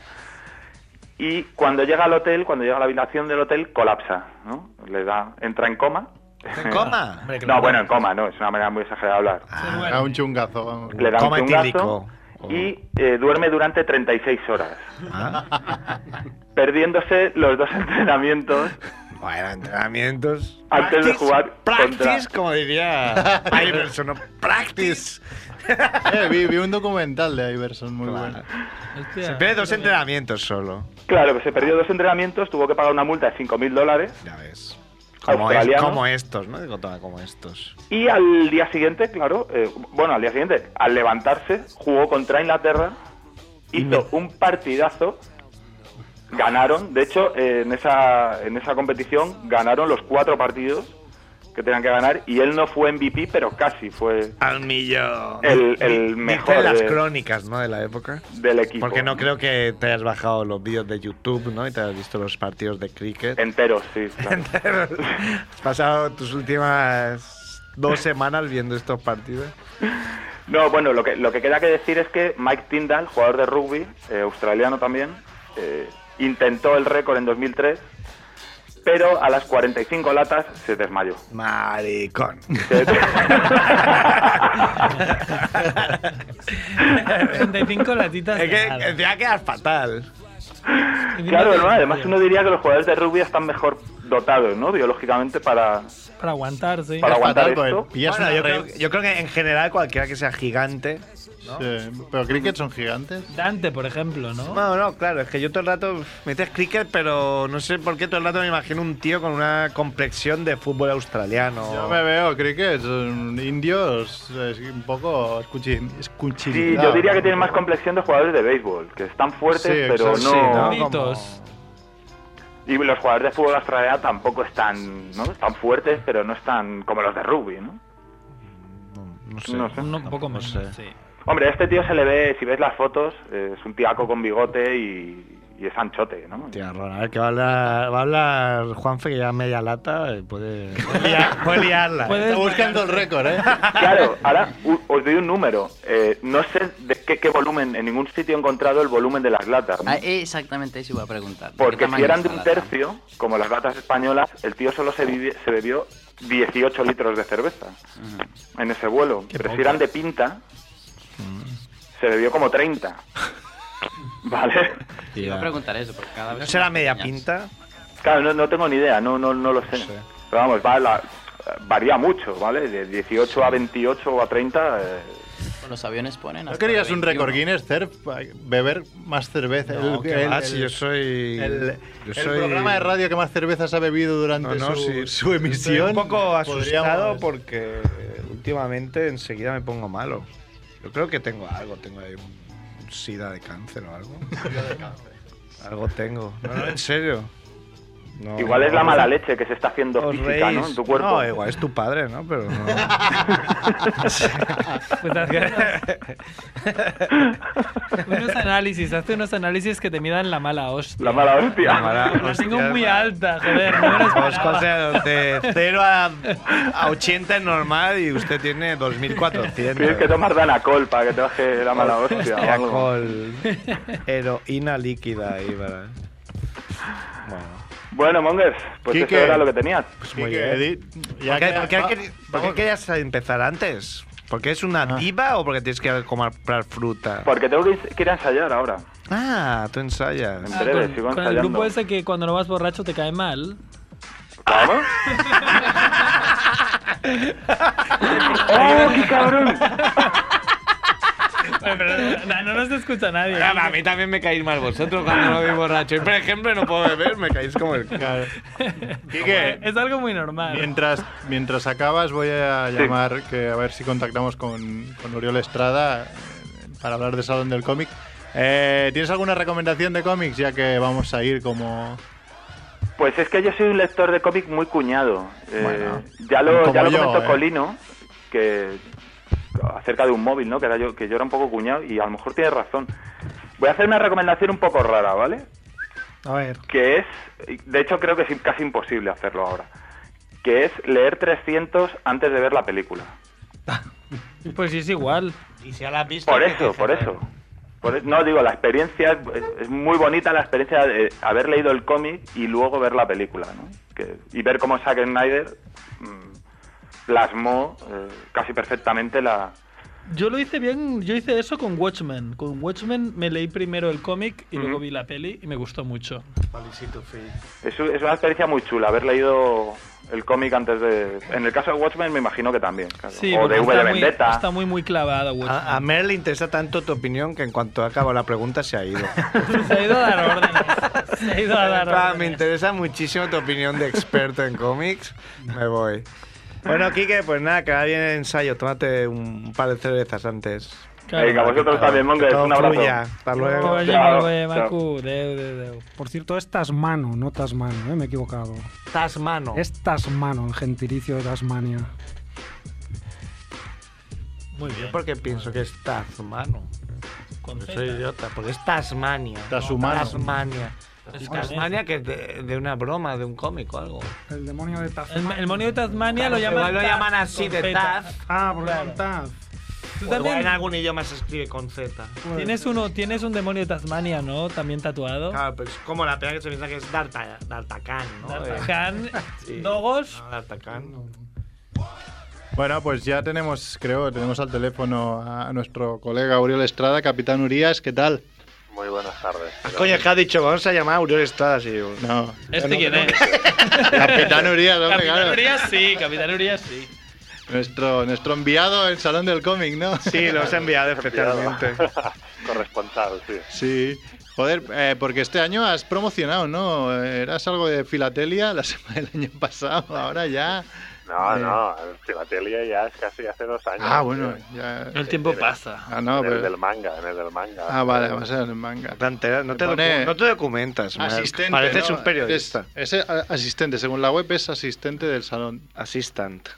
S8: Y cuando llega al hotel, cuando llega a la habitación del hotel, colapsa, ¿no? Le da, entra en coma.
S2: ¿En coma?
S8: <laughs> No, bueno, en coma, no, es una manera muy exagerada de hablar.
S5: A un chungazo, vamos.
S8: Le da un
S2: Coma
S8: chungazo
S2: etílico.
S8: y eh, duerme durante 36 horas,
S2: Ah,
S8: perdiéndose los dos <laughs> entrenamientos
S2: Bueno, entrenamientos.
S8: Antes de jugar
S2: Practice,
S8: contra-
S5: <laughs>
S2: como diría Iverson. ¿no? Practice.
S5: Eh, vi, vi un documental de Iverson muy bueno.
S1: Hostia.
S2: Se pierde dos entrenamientos solo.
S8: pues Claro, que se perdió dos entrenamientos, tuvo que pagar una multa de 5.000 dólares
S2: Ya ves. Como, es-
S8: australiano.
S2: como estos, ¿no? Digo, toma, como estos.
S8: Y al día siguiente, claro, eh, bueno, al día siguiente, al levantarse, jugó contra Inglaterra, hizo un partidazo, ganaron, de hecho, eh, en, esa, en esa competición ganaron los cuatro partidos que tenían que ganar y él no fue MVP, pero casi fue
S2: Al millón.
S8: El- el
S2: Vi- viste
S8: mejor
S2: las
S8: de-
S2: crónicas, ¿no? De la época.
S8: del equipo.
S2: Porque no creo que te hayas bajado los vídeos de YouTube, ¿no? Y te hayas visto los partidos de cricket.
S8: Enteros,
S2: <laughs>
S8: sí. claro.
S2: Has pasado tus últimas dos semanas viendo estos partidos.
S8: No, bueno, lo que, lo que queda que decir es que Mike Tyndall, jugador de rugby, eh, australiano también, eh, intentó el récord en 2003, pero a las 45 latas se desmayó. <laughs>
S2: Maricón.
S8: Se-
S1: 65 latitas.
S2: <laughs> Es
S1: de
S2: que
S1: nada.
S2: te va a quedar fatal.
S1: Encima
S8: claro,
S1: de-
S8: ¿no? además uno diría que los jugadores de rugby están mejor dotados, ¿no? Biológicamente para...
S1: Para aguantar, sí.
S8: Para- aguantar
S5: fatal, porque
S8: esto.
S5: pillas
S2: Bueno,
S5: una
S2: yo, creo,
S5: red-
S2: yo creo que en general cualquiera que sea gigante.
S5: Sí, Pero cricket son gigantes.
S1: Dante, por ejemplo, ¿no?
S2: No, no, claro, es que yo todo el rato uf, metes cricket, pero no sé por qué todo el rato me imagino un tío con una complexión de fútbol australiano.
S5: Yo me veo cricket, son indios, es un poco escuchin,
S8: Sí, yo diría que tienen más complexión de jugadores de béisbol, que están fuertes,
S5: Sí,
S8: pero no...
S5: exacto, sí, ¿no?
S1: Como- Bonitos.
S8: Y los jugadores de fútbol australiano tampoco están, ¿no? Están fuertes, pero no están como los de rugby, ¿no?
S2: No sé.
S8: No sé.
S1: Un- un poco
S2: No
S1: menos,
S2: sé.
S1: sí.
S8: Hombre, a este tío se le ve, si ves las fotos, eh, es un tiaco con bigote y, y es anchote, ¿no?
S2: Tía, Ron, a ver, que va a hablar, va a hablar Juanfe, que ya media lata, y puede, puede, liar- puede liarla.
S1: Puedes-
S5: buscando el récord, ¿eh?
S8: Claro, ahora u- os doy un número. Eh, no sé de qué, qué volumen, en ningún sitio he encontrado el volumen de las latas. ¿no?
S3: Ah, exactamente eso iba a preguntar. ¿De qué
S8: Porque si
S3: tamaño
S8: eran
S3: es
S8: de
S3: la
S8: un
S3: lata?
S8: tercio, como las latas españolas, el tío solo se, vivi- se bebió 18 litros de cerveza en ese vuelo. Pero si eran de pinta, se bebió como 30. ¿Vale?
S2: Tía.
S3: Iba a preguntar eso, porque cada vez.
S2: ¿No
S3: son
S2: será
S3: más
S2: media
S3: pequeñas.
S2: pinta?
S8: Claro, no, no tengo ni idea, no, no, no lo sé. Pero vamos, va la- varía mucho, ¿vale? De 18 a 28 o a 30. eh,
S3: Los aviones ponen.
S5: ¿No
S3: hasta
S5: querías un
S3: 21.
S5: récord Guinness, Cerf, pa- beber más cerveza?
S2: No,
S5: El-
S2: que
S5: el-
S2: va,
S5: el-
S2: si yo soy.
S5: el-
S2: yo
S5: el
S2: soy-
S5: programa de radio que más cervezas ha bebido
S2: No,
S5: durante su,
S2: no, sí.
S5: su
S2: Estoy
S5: emisión.
S2: un poco asustado
S5: Podríamos-
S2: porque últimamente enseguida me pongo malo. Yo creo que tengo algo, tengo ahí un, un sida de cáncer o algo. algo tengo. No, no, en serio. No,
S8: igual es la
S2: no,
S8: mala leche que se está haciendo
S2: os
S8: física,
S2: reís.
S8: ¿no? En tu cuerpo.
S2: No, igual es tu padre, ¿no?
S8: <laughs>
S2: Pero no.
S1: Pues hace unos, <laughs> unos análisis, hace unos análisis que te midan la mala hostia.
S8: La mala hostia. <laughs>
S2: La mala-
S1: La tengo
S2: Hostia,
S1: muy
S2: la-
S1: alta, joder. No me lo
S2: Os
S1: esperaba.
S2: cosas de 0 a, a 80 es normal y usted tiene 2400.
S8: Tienes que tomar Danacol para que te baje la mala hostia. o algo.
S2: Alcohol, heroína líquida ahí para. Bueno.
S8: Bueno, Mongers, pues
S5: Quique.
S8: eso era lo que tenías.
S5: Sí,
S2: Pues Muy
S5: que
S2: bien.
S5: Edith, ya
S2: ¿Por qué,
S5: que-
S2: por qué
S5: va-
S2: queri- por qué
S5: vamos- Ah.
S2: querías empezar antes? ¿Porque es una diva o porque tienes que comprar fruta?
S8: Porque tengo que ins- que ir a ensayar ahora.
S2: Ah, tú ensayas.
S1: Ah,
S8: breve,
S1: con,
S8: sigo
S1: con el
S8: ensayando.
S1: grupo ese que cuando no vas borracho te cae mal.
S8: ¿Cómo?
S1: <laughs>
S8: ¡Oh, qué cabrón!
S1: Pero, pero, <laughs> no, no nos escucha nadie.
S2: Ah, A mí también me caéis mal vosotros cuando no vi borracho. Y, por ejemplo, no puedo beber, me caéis como el. c-
S5: Claro. Quique,
S1: Es algo muy normal.
S5: Mientras, mientras acabas, voy a llamar que a ver si contactamos con, con Uriol Estrada eh, para hablar de Salón del Cómic. Eh, ¿Tienes alguna recomendación de cómics? Ya que vamos a ir como.
S8: Pues es que yo soy un lector de cómic muy cuñado. Eh,
S5: Bueno,
S8: ya lo,
S5: como
S8: ya lo
S5: yo,
S8: comentó
S5: eh.
S8: Colino, que acerca de un móvil, ¿no? Que, era yo, que yo era un poco cuñado y a lo mejor tiene razón. Voy a hacer una recomendación un poco rara, ¿vale?
S4: A ver,
S8: Que es, de hecho creo que es casi imposible hacerlo ahora, que es leer 300 antes de ver la película.
S1: Pues sí, es igual.
S2: Y si ya la has visto.
S8: Por
S2: ¿qué
S8: eso,
S2: dices?
S8: por eso. Por e- no, digo, la experiencia es, es muy bonita, la experiencia de haber leído el cómic y luego ver la película, ¿no? Que- y ver cómo Zack Snyder mm, plasmó eh, casi perfectamente la...
S1: Yo lo hice bien, yo hice eso con Watchmen. Con Watchmen me leí primero el cómic y luego
S8: Ujú.
S1: vi la peli y me gustó mucho.
S8: Es, u- es una experiencia muy chula, haber leído el cómic antes de... En el caso de Watchmen me imagino que también. claro.
S1: Sí,
S8: o
S1: porque
S8: de V de
S1: está, muy, Ah.
S8: Vendetta.
S1: está muy, muy clavada Watchmen. <laughs>
S2: A,
S5: <laughs>
S2: a Mer le interesa tanto tu opinión que en cuanto acabo la pregunta se ha ido.
S1: Se ha ido a dar órdenes. Se ha ido a dar.
S2: Ah, me interesa muchísimo tu opinión de experto en cómics. Me voy. Bueno, Kike, pues nada, que bien el ensayo. Tómate un par de cervezas antes.
S1: Claro.
S8: Venga, vosotros también, monjes.
S2: Todo
S8: Un abrazo.
S2: fluya. Hasta luego.
S1: Oye,
S8: Chao,
S1: oye,
S8: chao.
S1: Macu, deu, deu, deu.
S4: Por cierto, es Tasmano, no Tasmano, ¿eh? me he equivocado.
S2: Tasmano.
S4: Es Tasmano, el gentilicio de Tasmania.
S1: Muy bien.
S2: Porque pienso que es Tasmano.
S1: Con
S2: Yo
S1: Z.
S2: soy idiota, porque es Tasmania.
S5: Tasumano.
S2: Tasmania.
S1: Es
S2: Y Tasmania que es de, de una broma, de un cómic o algo.
S4: El demonio de Taz.
S1: El, el monio de Tasmania lo
S2: Claro,
S1: llaman.
S2: igual lo
S1: Taz,
S2: llaman así,
S1: con
S2: de
S1: Z.
S2: Taz.
S4: Ah, porque
S1: Claro.
S4: era Taz.
S1: Tú
S2: O
S1: también
S2: igual en algún idioma se escribe con Z.
S1: tienes, uno, tienes un demonio de Tasmania, ¿no? También tatuado.
S2: Claro, pero es como la pena que se piensa que es Darta, Dartacan, ¿no?
S1: Han,
S2: Sí. Ah.
S1: Dogos.
S2: No, Dartacan.
S5: Bueno, pues ya tenemos, creo, tenemos al teléfono a nuestro colega Uriel Estrada, capitán Urias, ¿qué tal?
S7: Muy buenas tardes.
S2: Ah, Coño, que ha dicho, vamos a llamar a Uriol Estrada, sí.
S9: <laughs>
S5: No.
S9: ¿Este quién es?
S5: Capitán Urias, hombre,
S9: Capitán
S5: claro.
S9: Urias sí, Capitán Urias sí.
S5: Nuestro, nuestro enviado en Salón del Cómic, ¿no?
S2: Sí, lo has enviado <laughs> especialmente.
S8: <laughs>
S7: Corresponsal, sí.
S5: Sí. Joder, eh, porque este año has promocionado, ¿no? Eras algo de filatelia la <laughs> semana del año pasado, ahora ya.
S7: No,
S5: Eh.
S7: no, Filatelia ya es casi hace dos años.
S5: Ah, bueno,
S7: tío.
S5: ya.
S9: El tiempo pasa.
S5: Ah, no,
S7: en el del
S5: pero.
S7: manga, en el del manga. Eh,
S5: Ah, vale, va a ser el manga.
S2: No te, no te,
S5: pone-
S2: docu- no te documentas, Marc.
S5: Asistente.
S2: Pareces
S5: ¿no?
S2: un periodista.
S5: Es, es a- asistente, según la web es asistente del salón.
S2: Assistant.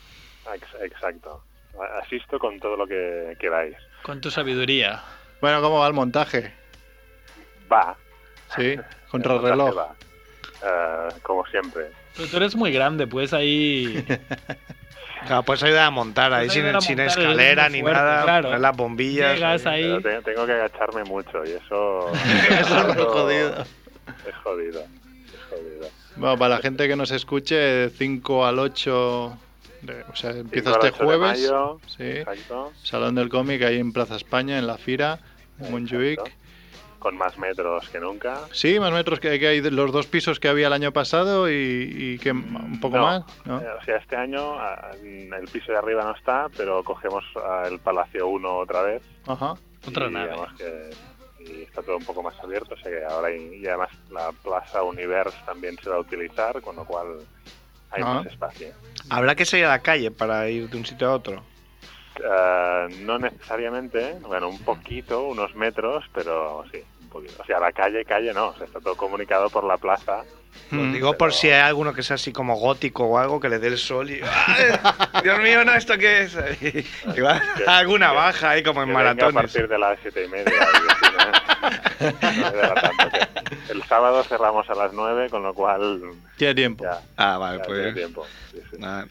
S7: Ex- Exacto. Asisto con todo lo que queráis.
S9: Con tu sabiduría.
S5: Bueno, ¿cómo va el montaje?
S7: Va.
S5: Sí, contra
S7: El
S5: el
S7: montaje
S5: reloj. <laughs>
S7: va. Eh, como siempre.
S9: Pero tú eres muy grande, pues ahí.
S2: Claro, puedes ayudar a montar ahí
S9: Puedes
S2: sin,
S9: ayudar a
S2: sin
S9: montar, es
S2: escalera
S9: muy
S2: ni
S9: fuerte,
S2: nada.
S9: claro.
S2: poner Las bombillas. eh.
S9: Llegas ahí.
S7: Pero te- tengo que agacharme mucho y eso.
S2: Eso es muy jodido.
S7: Es jodido. Es jodido.
S5: Bueno, para la gente que nos escuche, de 5 al 8, de- o sea, empieza
S7: Cinco al
S5: este
S7: ocho de
S5: jueves.
S7: mayo,
S5: Sí,
S7: Exacto.
S5: Salón del Cómic ahí en Plaza España, en la Fira, en Montjuic.
S7: Exacto. Con más metros que nunca.
S5: Sí, más metros que, que hay de los dos pisos que había el año pasado y, y que un poco
S7: No,
S5: más, ¿no?
S7: eh, O sea, este año ah, el piso de arriba no está, pero cogemos ah, el Palacio 1 otra vez.
S5: Ajá.
S9: Otra
S7: y
S9: nave.
S7: digamos que- y está todo un poco más abierto, o sea que ahora hay- y además la Plaza Universe también se va a utilizar, con lo cual hay
S5: Ah.
S7: más espacio.
S2: Habrá que salir a la calle para ir de un sitio a otro.
S7: Eh, no necesariamente, bueno, un poquito, unos metros, pero sí, un poquito. O sea, la calle, calle no, o sea, está todo comunicado por la plaza.
S5: Mm.
S2: Lo Pues digo por
S7: pero-
S2: si hay alguno que sea así como gótico o algo que le dé el sol y. <laughs> ¡Ay! Dios mío, no, ¿esto qué es? <laughs> Igual alguna
S7: que-
S2: baja ahí como en
S7: Que venga A
S2: maratones.
S7: partir de las siete y media. y así,
S5: <laughs>
S7: ¿no? No me da tanto que- El sábado cerramos a las 9, con lo cual
S5: Tiene tiempo.
S7: ya,
S2: Ah,
S7: ya
S2: vale,
S7: tiene
S2: pues.
S7: tiempo. Sí, sí.
S2: nada.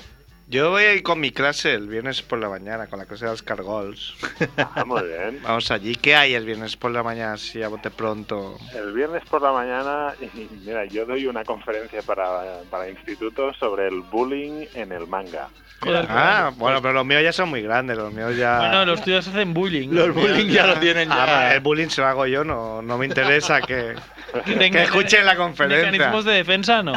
S2: Yo voy a ir con mi clase el viernes por la mañana, con la clase de los <laughs> cargols.
S7: Ah, muy bien.
S2: <laughs> Vamos allí. ¿Qué hay el viernes por la mañana si a bote pronto?
S7: El viernes por la mañana, <laughs> y mira, yo doy una conferencia para, para institutos sobre el bullying en el manga.
S9: Joder,
S2: Ah, bueno, pero los míos ya son muy grandes, los míos ya...
S9: Bueno, los tuyos hacen bullying.
S5: Los bullying ya lo tienen
S2: Ah,
S5: ya.
S2: el bullying se lo hago yo, no, no me interesa
S5: <laughs>
S2: que,
S9: Que
S2: que
S9: tengan-
S2: escuchen la conferencia.
S9: Mecanismos de defensa, no.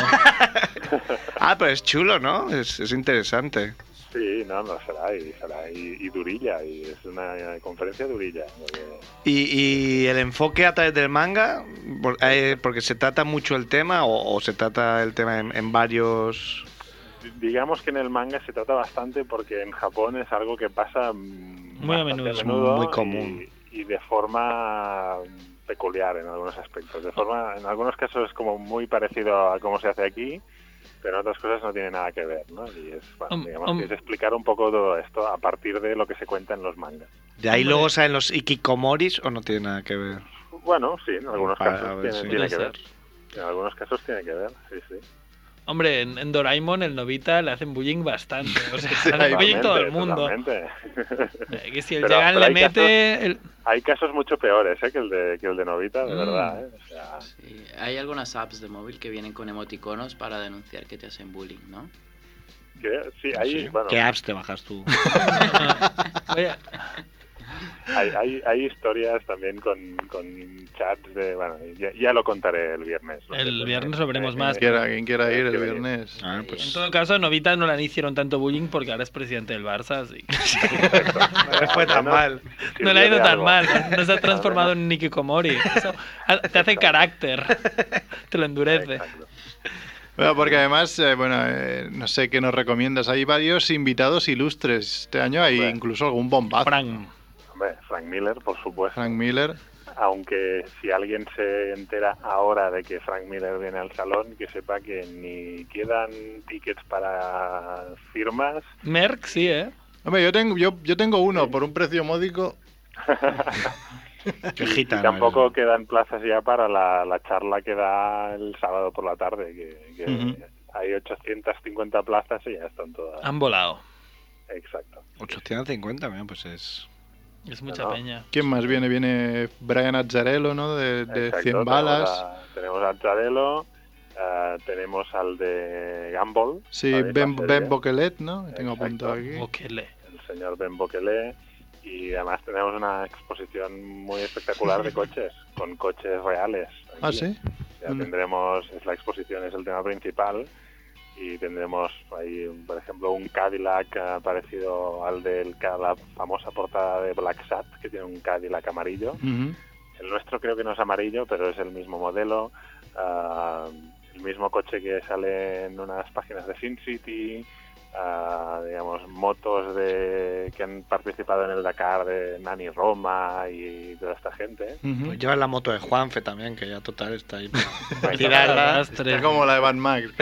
S2: Ah, pero es chulo, ¿no? Es, es interesante.
S7: Sí, no, no será, y será, y, y durilla, y es una conferencia durilla. porque-
S2: ¿Y, y el enfoque a través del manga? Por- eh, ¿Porque se trata mucho el tema o, o se trata el tema en, en varios...?
S7: digamos que en el manga se trata bastante porque en Japón es algo que pasa mm,
S9: Muy a
S7: bastante
S9: menudo. Es
S2: muy común.
S7: y, y de forma peculiar en algunos aspectos. De forma, en algunos casos es como muy parecido a cómo se hace aquí, pero en otras cosas no tiene nada que ver, ¿no? Y es, bueno,
S9: Hom-
S7: digamos
S9: hom-
S7: que es explicar un poco todo esto a partir de lo que se cuenta en los mangas.
S2: ¿De ahí
S9: Hombre.
S2: luego salen los ikikomoris o no tiene nada que ver?
S7: Bueno, sí, en algunos
S2: Vale, a
S7: casos
S2: ver,
S7: tiene,
S2: sí.
S7: tiene
S9: Puede
S7: que
S9: ser.
S7: ver. En algunos casos tiene que ver, sí, sí.
S9: Hombre, en, en Doraemon, el novita, le hacen bullying bastante. O sea, hace bullying
S7: Totalmente,
S9: todo el mundo.
S7: totalmente. <laughs>
S9: Eh, Que si el
S7: Pero-
S9: Jagan
S7: pero
S9: le
S7: hay casos-
S9: mete. el-
S7: Hay casos mucho peores ¿eh? que el de que el de Novita, de
S9: Mm.
S7: verdad. ¿eh? O sea,
S3: Sí, Hay algunas apps de móvil que vienen con emoticonos para denunciar que te hacen bullying, ¿no?
S7: que- sí, hay, bueno,
S2: ¿Qué apps te bajas tú?
S9: Oye,
S7: Hay, hay, hay historias también con, con chats de. Bueno, ya, ya lo contaré el viernes. lo
S9: El
S7: siento.
S9: viernes lo veremos más.
S5: Quien quiera, quien quiera ir
S7: <laughs>
S5: el
S7: Quiero ir.
S5: viernes.
S2: Ah,
S9: En
S2: pues
S9: todo caso, Novita no le hicieron tanto bullying porque ahora es presidente del Barça, así que
S2: no le fue tan
S7: Bueno,
S2: mal.
S9: no le ha ido
S7: sirvió de
S9: tan
S7: algo.
S9: mal. No
S8: <laughs>
S9: se ha transformado en Nicky Komori. Eso ha- te hace carácter, te lo endurece.
S7: Exacto.
S5: Bueno, porque además, eh, bueno, eh, no sé qué nos recomiendas. Hay varios invitados ilustres este año, hay
S7: Bueno.
S5: incluso algún bombazo.
S9: Frank,
S7: Hombre, Frank Miller, por supuesto.
S5: Frank Miller.
S7: Aunque si alguien se entera ahora de que Frank Miller viene al salón, que sepa que ni quedan tickets para firmas.
S9: Merck, sí, ¿eh?
S5: Hombre, yo tengo, yo, yo tengo uno por un precio módico.
S7: y-
S2: Qué
S7: y
S2: gitano.
S7: tampoco quedan plazas ya para la, la charla que da el sábado por la tarde, que, que
S5: Ujú.
S7: hay 850 plazas y ya están todas.
S1: Ah.
S9: han volado.
S7: Exacto.
S2: 850, mira, pues es.
S9: Es mucha
S7: No, no.
S9: peña.
S5: ¿Quién más viene? Viene Brian Azzarello, ¿no? De, de
S7: Exacto,
S5: 100
S7: tenemos
S5: balas.
S7: a- Tenemos a Tadelo, ah, tenemos al de Gumball.
S5: Sí,
S7: ¿sabéis la
S5: Ben,
S7: serie?
S5: ben Boquelet, ¿no? Tengo
S7: Exacto.
S5: apuntado aquí.
S9: Bukele.
S7: el señor Ben Bokele y además tenemos una exposición muy espectacular
S5: <laughs>
S7: de coches, con coches reales. aquí.
S5: Ah, sí.
S7: Ya tendremos, es la exposición es el tema principal y tendremos ahí, por ejemplo, un Cadillac eh, parecido al de la famosa portada de Black Sat, que tiene un Cadillac amarillo.
S5: Ujú.
S7: El nuestro creo que no es amarillo, pero es el mismo modelo. ah, el mismo coche que sale en unas páginas de Sin City. ah, digamos, motos de que han participado en el Dakar de Nani Roma y toda esta gente.
S5: Ujú.
S2: Pues lleva la moto de Juanfe también, que ya total está ahí. para
S7: Bueno,
S2: Tirarla.
S5: Es
S9: Arrastre.
S5: como la de Van Max.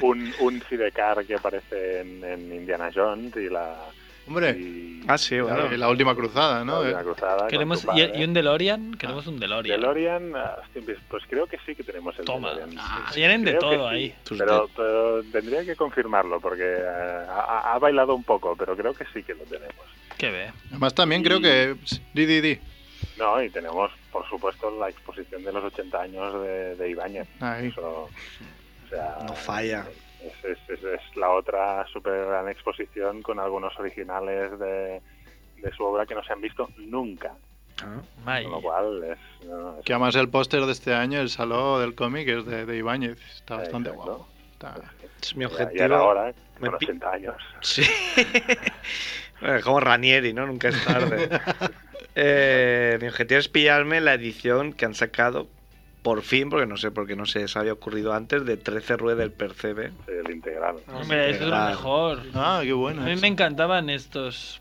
S7: Un, un sidecar que aparece en, en Indiana Jones y la.
S4: <laughs>
S5: Hombre,
S7: y-
S2: Ah, sí,
S7: y la-
S2: bueno.
S5: y la última cruzada, ¿no?
S7: la cruzada con
S9: Queremos,
S7: tu
S9: y,
S8: ¿eh?
S7: padre.
S9: y un DeLorean? Queremos un DeLorean.
S7: DeLorean, ah, hostia, pues creo que sí que tenemos el
S9: Toma.
S7: DeLorean.
S9: Ah, Tienen de
S7: Creo que
S9: todo
S7: sí.
S9: ahí.
S2: Tus
S7: Pero, pero tendría que confirmarlo porque eh, ha, ha bailado un poco, pero creo que sí que lo tenemos.
S9: ¿Qué ve?
S5: Además también creo que... Di, di, di.
S7: No, y tenemos, por supuesto, la exposición de los 80 años de, de Ibáñez.
S5: Ahí.
S7: Eso, o sea,
S2: No falla.
S7: Es, es- es- es la otra super gran exposición con algunos originales de, de su obra que no se han visto nunca.
S2: Ah,
S9: May.
S7: Con lo cual es... no, es-
S5: Que además el póster de este año, el salón del cómic, es de, de Ibáñez. Está bastante
S7: Exacto.
S5: guapo. Está-
S2: Es mi
S7: Ya,
S2: objetivo.
S7: ya era hora, ¿eh?
S2: Me
S7: con
S2: pi-
S7: 80 años.
S2: <laughs> Sí. Bueno, Como Ranieri, ¿no? Nunca es tarde.
S7: <laughs>
S2: Eh, mi objetivo es pillarme la edición que han sacado por fin, porque no sé por qué no se les había ocurrido antes, de 13 ruedas del Percebe.
S7: Sí, el integral.
S9: Hombre, eso es lo
S2: Claro.
S9: mejor.
S5: Ah, qué
S9: A
S5: bueno.
S9: mí me encantaban estos.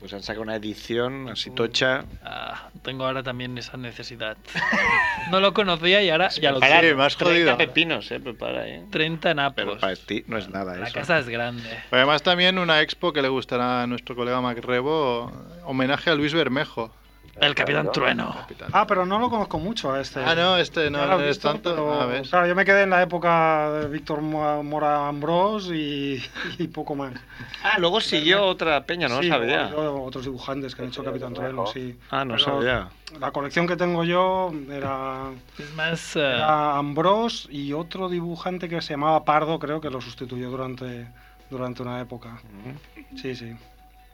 S2: Pues han sacado una edición así tocha.
S9: Ah, tengo ahora también esa necesidad. <laughs> No lo conocía y ahora ya lo
S5: Prepara-
S9: sé.
S5: Sí, me has jodido.
S2: 30 pepinos, eh, prepara, eh.
S9: 30
S2: Pero
S9: napos.
S2: para ti no es nada
S9: La
S2: eso.
S9: casa es grande.
S5: Pues Además también una expo que le gustará a nuestro colega Macrebo, homenaje a Luis Bermejo.
S9: El Capitán Trueno.
S5: capitán.
S4: Ah, pero no lo conozco mucho a este.
S5: Ah, no, este no,
S4: Ya lo he
S5: no es
S4: visto,
S5: tanto. Ah,
S4: pero,
S5: A ver.
S4: Claro, yo me quedé en la época de Víctor Mo- Mora Ambrós y, <laughs> y poco más.
S2: Ah, luego siguió otra peña, no lo
S4: Sí,
S2: sabía.
S4: luego Otros dibujantes que han hecho Capitán Trueno, sí.
S2: Ah, no
S4: Pero
S2: sabía.
S4: La colección que tengo yo era,
S9: Es más. eh,
S4: era Ambrós y otro dibujante que se llamaba Pardo, creo que lo sustituyó durante, durante una época. Sí, sí.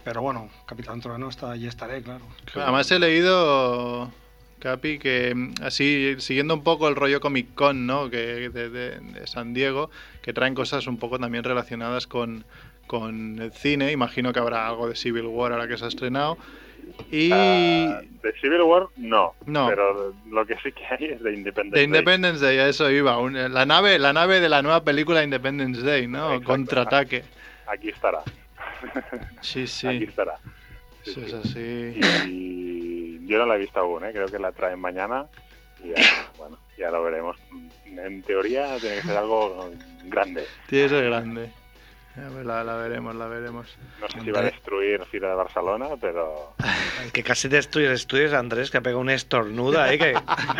S4: Pero bueno, Capitán Trueno está allí estaré, claro.
S5: Además he leído, Capi, que mm, así, siguiendo un poco el rollo Comic Con, ¿no? Que, de, de- de San Diego, que traen cosas un poco también relacionadas con, con el cine. Imagino que habrá algo de Civil War ahora que se ha estrenado. Y...
S7: Ah, de Civil War no,
S5: No.
S7: pero lo que sí que hay es de Independence
S5: De
S7: Day.
S5: Independence Day, a eso iba. Un- eh, la, nave, la nave de la nueva película Independence Day, ¿no?
S7: Exacto.
S5: Contraataque.
S7: Aquí estará,
S5: Sí,
S7: <laughs> aquí
S5: sí.
S7: estará. Sí,
S5: Eso es
S7: sí.
S5: así.
S7: Y yo no la he visto aún, ¿eh? creo que la traen mañana y ya, bueno, ya lo veremos. En teoría tiene que ser algo grande.
S5: Tiene que ser grande. A ver, La, la veremos, la veremos.
S7: No sé si va a destruir Ciudad de Barcelona, pero
S2: El que casi destruye estudios, Andrés, que ha pegado un estornudo ahí, que,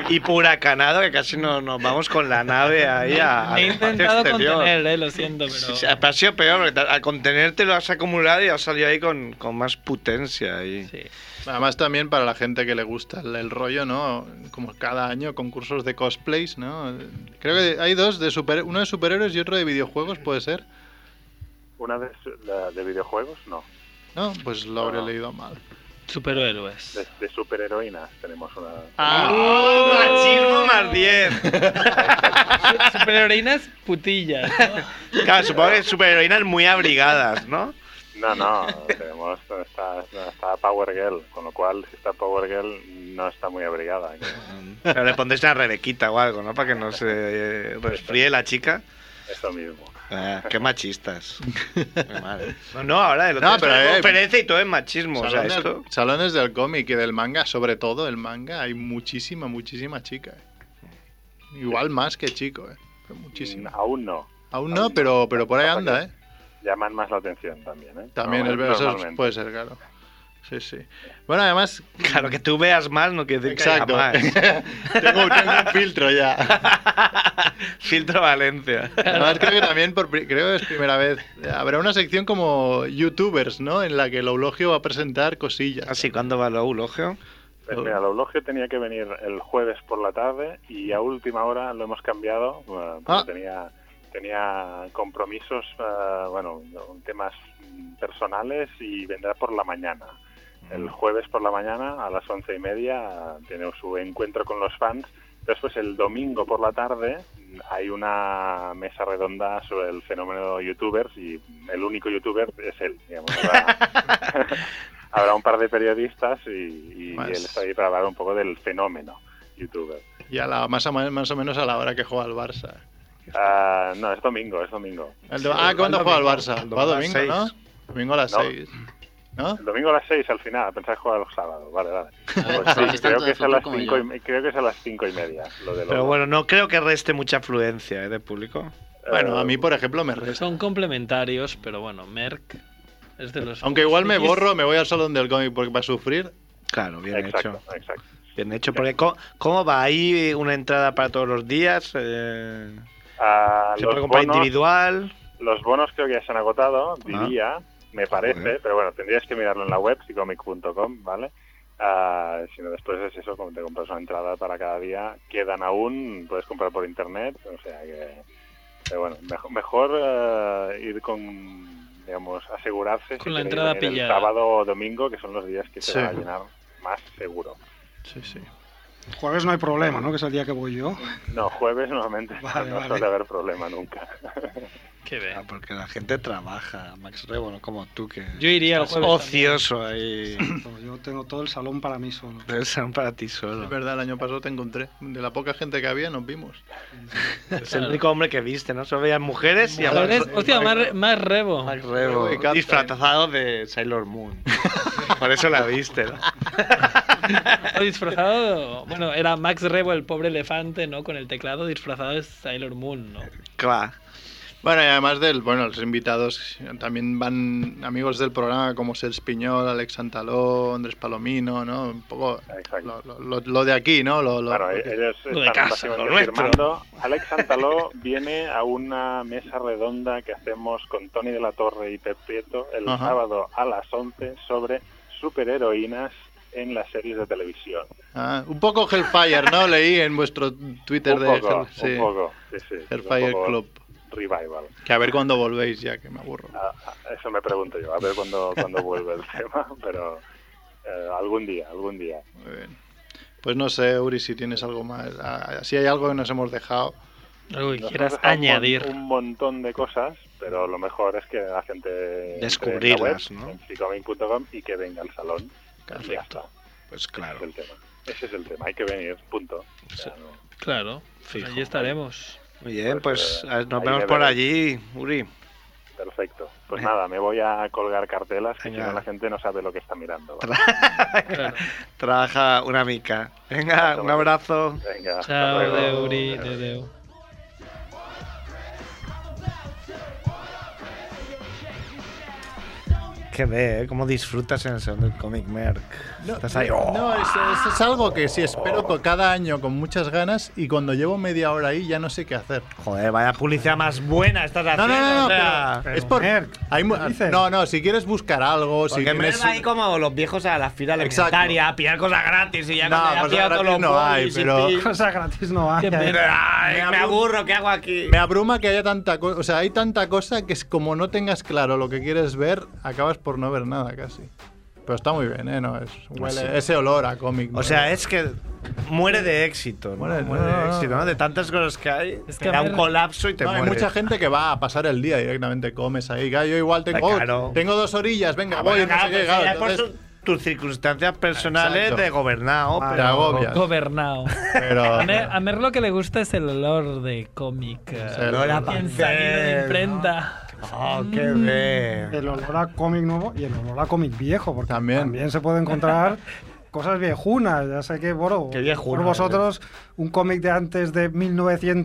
S2: y puracanado, que casi no- nos vamos con la nave ahí a.
S9: me he
S2: al espacio
S9: intentado
S2: exterior.
S9: contener, eh, lo siento, pero.
S2: <laughs> Sí, sí, ha sido peor, porque te- al contenerte lo has acumulado y has salido ahí con, con más potencia. Ahí.
S9: Sí.
S5: Además también para la gente que le gusta el, el rollo, ¿no? Como cada año concursos de cosplays, ¿no? Creo que hay dos, de super, uno de superhéroes y otro de videojuegos, ¿puede ser?
S7: una de, su- la- de videojuegos no.
S5: No, pues lo habré
S7: No.
S5: leído mal.
S9: Superhéroes.
S7: De, de superheroínas tenemos una.
S2: ¡Ah! ¡Oh! ¡Machismo más 10!
S9: Superheroínas putillas. ¿no?
S2: Claro, supongo que superheroínas muy abrigadas, ¿no?
S7: No, no, tenemos está, está Power Girl, con lo cual si está Power Girl no está muy abrigada. ¿eh?
S9: Ah.
S2: Pero le pondréis una rebequita o algo, ¿no? Para que no se eh, resfríe la chica.
S7: Esto mismo.
S2: Ah, qué <laughs> machistas. Madre. no, no, ahora el otro no,
S5: pero, eh,
S2: conferencia y todo es machismo. o sea,
S5: salones,
S2: esto...
S5: salones del cómic y del manga, sobre todo el manga, hay muchísima, muchísima chica. eh. Igual más que chico, eh. pero muchísima.
S7: Aún no.
S5: Aún no, pero, pero por ahí
S7: Pasa
S5: anda,
S7: que
S5: ¿eh?
S7: Llaman más la atención también, ¿eh?
S5: También
S7: No,
S5: el eso
S7: normalmente.
S5: puede ser, claro. Sí, sí. Bueno, además,
S2: Claro, que tú veas más no quiere decir
S5: exacto.
S2: que haya más.
S5: tengo, tengo
S7: <laughs>
S5: un filtro ya.
S2: Filtro Valencia.
S5: Además, creo que también por pri- creo que es primera vez. Habrá una sección como YouTubers, ¿no? En la que el Eulogio va a presentar cosillas.
S2: Así, ¿cuándo va el eulogio?
S7: Pues mira, el eulogio tenía que venir el jueves por la tarde y a última hora lo hemos cambiado eh, porque
S5: Ah.
S7: tenía, tenía compromisos, eh, bueno, temas mm, personales y vendrá por la mañana. El jueves por la mañana a las once y media eh, tiene su encuentro con los fans. Después el domingo por la tarde mm, hay una mesa redonda sobre el fenómeno youtubers y mm, el único youtuber es él, digamos. Habrá- <laughs> habrá un par de periodistas y, y
S5: Más.
S7: él está ahí para hablar un poco del fenómeno youtuber.
S5: Y a la, más, o men- más o menos a la hora que juega el Barça.
S7: Ah, no, es domingo, es domingo.
S5: El do- ah, ¿cuándo
S2: el
S5: juega el
S2: domingo.
S5: Barça?
S2: El domingo
S5: Va
S2: a las
S5: domingo,
S2: seis.
S5: ¿no? Eh, Domingo a las
S7: No.
S5: 6. ¿No?
S7: El domingo a las 6 al final, pensaba jugar el sábado. Vale, vale. Pues
S3: sabes
S7: sí,
S3: tanto
S7: creo,
S3: de
S7: que es a
S3: fútbol
S7: las
S3: como
S7: cinco
S3: yo.
S7: y, me- creo que es a las 5 y media. Lo de
S2: Pero bueno, no creo que reste mucha afluencia ¿eh? de público.
S5: Bueno,
S7: Eh,
S5: a mí, por ejemplo, me resta.
S9: Son complementarios, pero bueno, Merck es de los.
S5: Aunque igual me
S9: frikis.
S5: borro, me voy al salón del cómic porque va a sufrir.
S2: Claro, bien
S7: Exacto,
S2: hecho.
S7: exacto.
S2: Bien hecho. Porque ¿cómo, cómo va ahí una entrada para todos los días? Eh,
S7: Ah,
S2: ¿Se
S7: los
S2: puede comprar
S7: bonos-
S2: individual?
S7: Los bonos creo que ya se han agotado, diría, me parece,
S2: Joder.
S7: pero bueno, tendrías que mirarlo en la web, psicomic.com, ¿vale? Ah, si no, después es eso, como te compras una entrada para cada día, quedan aún, puedes comprar por internet, o sea que... Pero bueno, mejor, mejor eh, ir con, digamos, asegurarse
S9: Con la
S7: queréis
S9: entrada
S7: venir el
S9: pillada.
S7: sábado o domingo, que son los días que
S5: Sí.
S7: se va a llenar más seguro.
S5: Sí, sí.
S4: Jueves no hay problema, ¿no? Que es el día que voy yo.
S7: No,
S9: <laughs>
S7: jueves normalmente
S4: Vale,
S7: no
S4: vale.
S7: suele haber problema nunca. <laughs>
S9: Qué bien.
S2: Ah, porque la gente trabaja, Max Rebo, no como tú que
S9: Yo iría el
S2: estás
S9: jueves.
S2: ocioso ahí.
S4: Yo tengo todo el salón para mí solo.
S2: Debe ser para ti solo.
S5: Es verdad, el año pasado te encontré. De la poca gente que había, nos vimos.
S2: Es el único hombre que viste, ¿no? Solo veían mujeres y a
S9: Ahora
S2: Max,
S9: es- hostia, más, re- más rebo.
S2: Max Rebo,
S5: Rebo y Captain.
S2: disfrazado de Sailor Moon. Por eso la viste, ¿no?
S9: O disfrazado. Bueno, era Max Rebo, el pobre elefante, ¿no? Con el teclado disfrazado de Sailor Moon, ¿no?
S2: Claro.
S5: Bueno, y además del, bueno, los invitados también van amigos del programa como Sels Piñol, Alex Santaló, Andrés Palomino, ¿no? Un poco
S7: Exacto.
S5: lo, lo- lo- lo de aquí, ¿no? Lo, lo-
S7: Claro, ellos
S9: lo de casa,
S7: están básicamente
S9: lo nuestro.
S7: firmando. Alex Santaló <laughs> viene a una mesa redonda que hacemos con Tony de la Torre y Pep Prieto el
S5: Ajá.
S7: sábado a las 11 sobre superheroínas en las series de televisión.
S5: Ah, un poco Hellfire, ¿no? Leí en vuestro Twitter
S7: un
S5: de
S7: poco,
S5: Hell- sí,
S7: un poco. Sí, sí, es un
S5: Hellfire
S7: poco
S5: Club.
S7: Revival.
S5: Que a ver cuándo volvéis ya, que me aburro.
S7: Ah, ah, Eso me pregunto yo, a ver cuándo, cuándo vuelve el <laughs> tema, pero eh, algún día, algún día.
S5: Muy bien. Pues no sé, Uri, si tienes algo más. Ah, Si hay algo que nos hemos dejado.
S9: Uy,
S7: Nos
S9: quieras
S7: han dejado un mon-
S9: añadir.
S7: Un montón de cosas, pero lo mejor es que la gente entre en la
S2: Descubrirlas,
S7: web,
S2: ¿no?
S7: en psicomic.com y que venga al salón. Y ya
S5: Perfecto.
S7: está.
S2: Pues
S7: Ese
S2: claro.
S7: es el tema. Ese es el tema, hay que venir, punto. O sea, no-
S9: Claro,
S2: Fijo.
S9: allí Pues estaremos.
S2: Muy bien, pues
S7: Pues, eh,
S2: a- nos
S7: ahí
S2: vemos
S7: me
S2: por
S7: verás.
S2: allí, Uri.
S7: perfecto. Pues
S2: Venga.
S7: nada, me voy a colgar cartelas que si
S2: Venga.
S7: no la gente no sabe lo que está mirando. ¿vale?
S9: Claro.
S2: Trabaja una mica. Venga, un abrazo.
S7: Venga, hasta
S9: Chao,
S7: luego.
S9: Deuri, Dedeu.
S2: Qué ve, ¿eh? Cómo disfrutas en el salón del Comic Merc. Estás ahí. ¡oh!
S5: No, es, es- es algo que sí
S7: Oh.
S5: espero co- cada año con muchas ganas y cuando llevo media hora ahí ya no sé qué hacer.
S2: Joder, vaya publicidad más buena estás
S5: No,
S2: haciendo.
S5: no, no, no,
S2: o sea.
S5: pero es por. hay mu- no, no, si quieres buscar algo, si
S2: Porque en
S5: tienes.
S2: verdad ahí como los viejos a la fila
S5: Exacto.
S2: alimentaria, a pillar cosas gratis y ya
S5: No,
S2: cuando ya
S5: cosas
S2: pillan todos los
S5: gratis no hay,
S2: bolis y
S5: pero-
S2: pil-
S4: Cosas gratis no hay.
S2: Ay, <laughs> me aburro, ¿qué hago aquí?
S5: Me abruma que haya tanta cosa. O sea, hay tanta cosa que es como no tengas claro lo que quieres ver, acabas por no ver nada casi. Pero está muy bien, ¿eh? No, es, huele- ese olor a cómic. ¿no?
S2: Pues O sea, es que muere de éxito. ¿no?
S5: Muere-
S2: Muere,
S5: no,
S2: de
S5: no,
S2: éxito, ¿no? De tantas cosas que hay, te da un
S1: Mer-
S2: colapso y te
S5: No, hay
S2: muere.
S5: mucha gente que va a pasar el día directamente, comes ahí. claro, Yo igual tengo,
S2: Está
S5: oh,
S2: caro.
S5: tengo dos orillas, venga,
S2: Ah,
S5: voy.
S2: bueno,
S5: no sé
S2: claro,
S5: qué,
S2: pues
S5: claro,
S2: ya por
S5: entonces
S2: su- tus circunstancias personales
S5: Exacto.
S2: de gobernado,
S5: te
S2: pero
S5: agobias. <laughs>
S1: Gobernado.
S5: Pero,
S1: A Mer, a Mer lo que le gusta es el olor de cómic. eh,
S5: olor a
S1: recién
S2: papel,
S1: salido de imprenta.
S2: Oh, qué bien.
S4: El olor a cómic nuevo y el olor a cómic viejo, porque
S5: También.
S4: también, se puede encontrar cosas viejunas. Ya sé que, bueno,
S2: Qué viejuna,
S4: por vosotros un cómic de antes de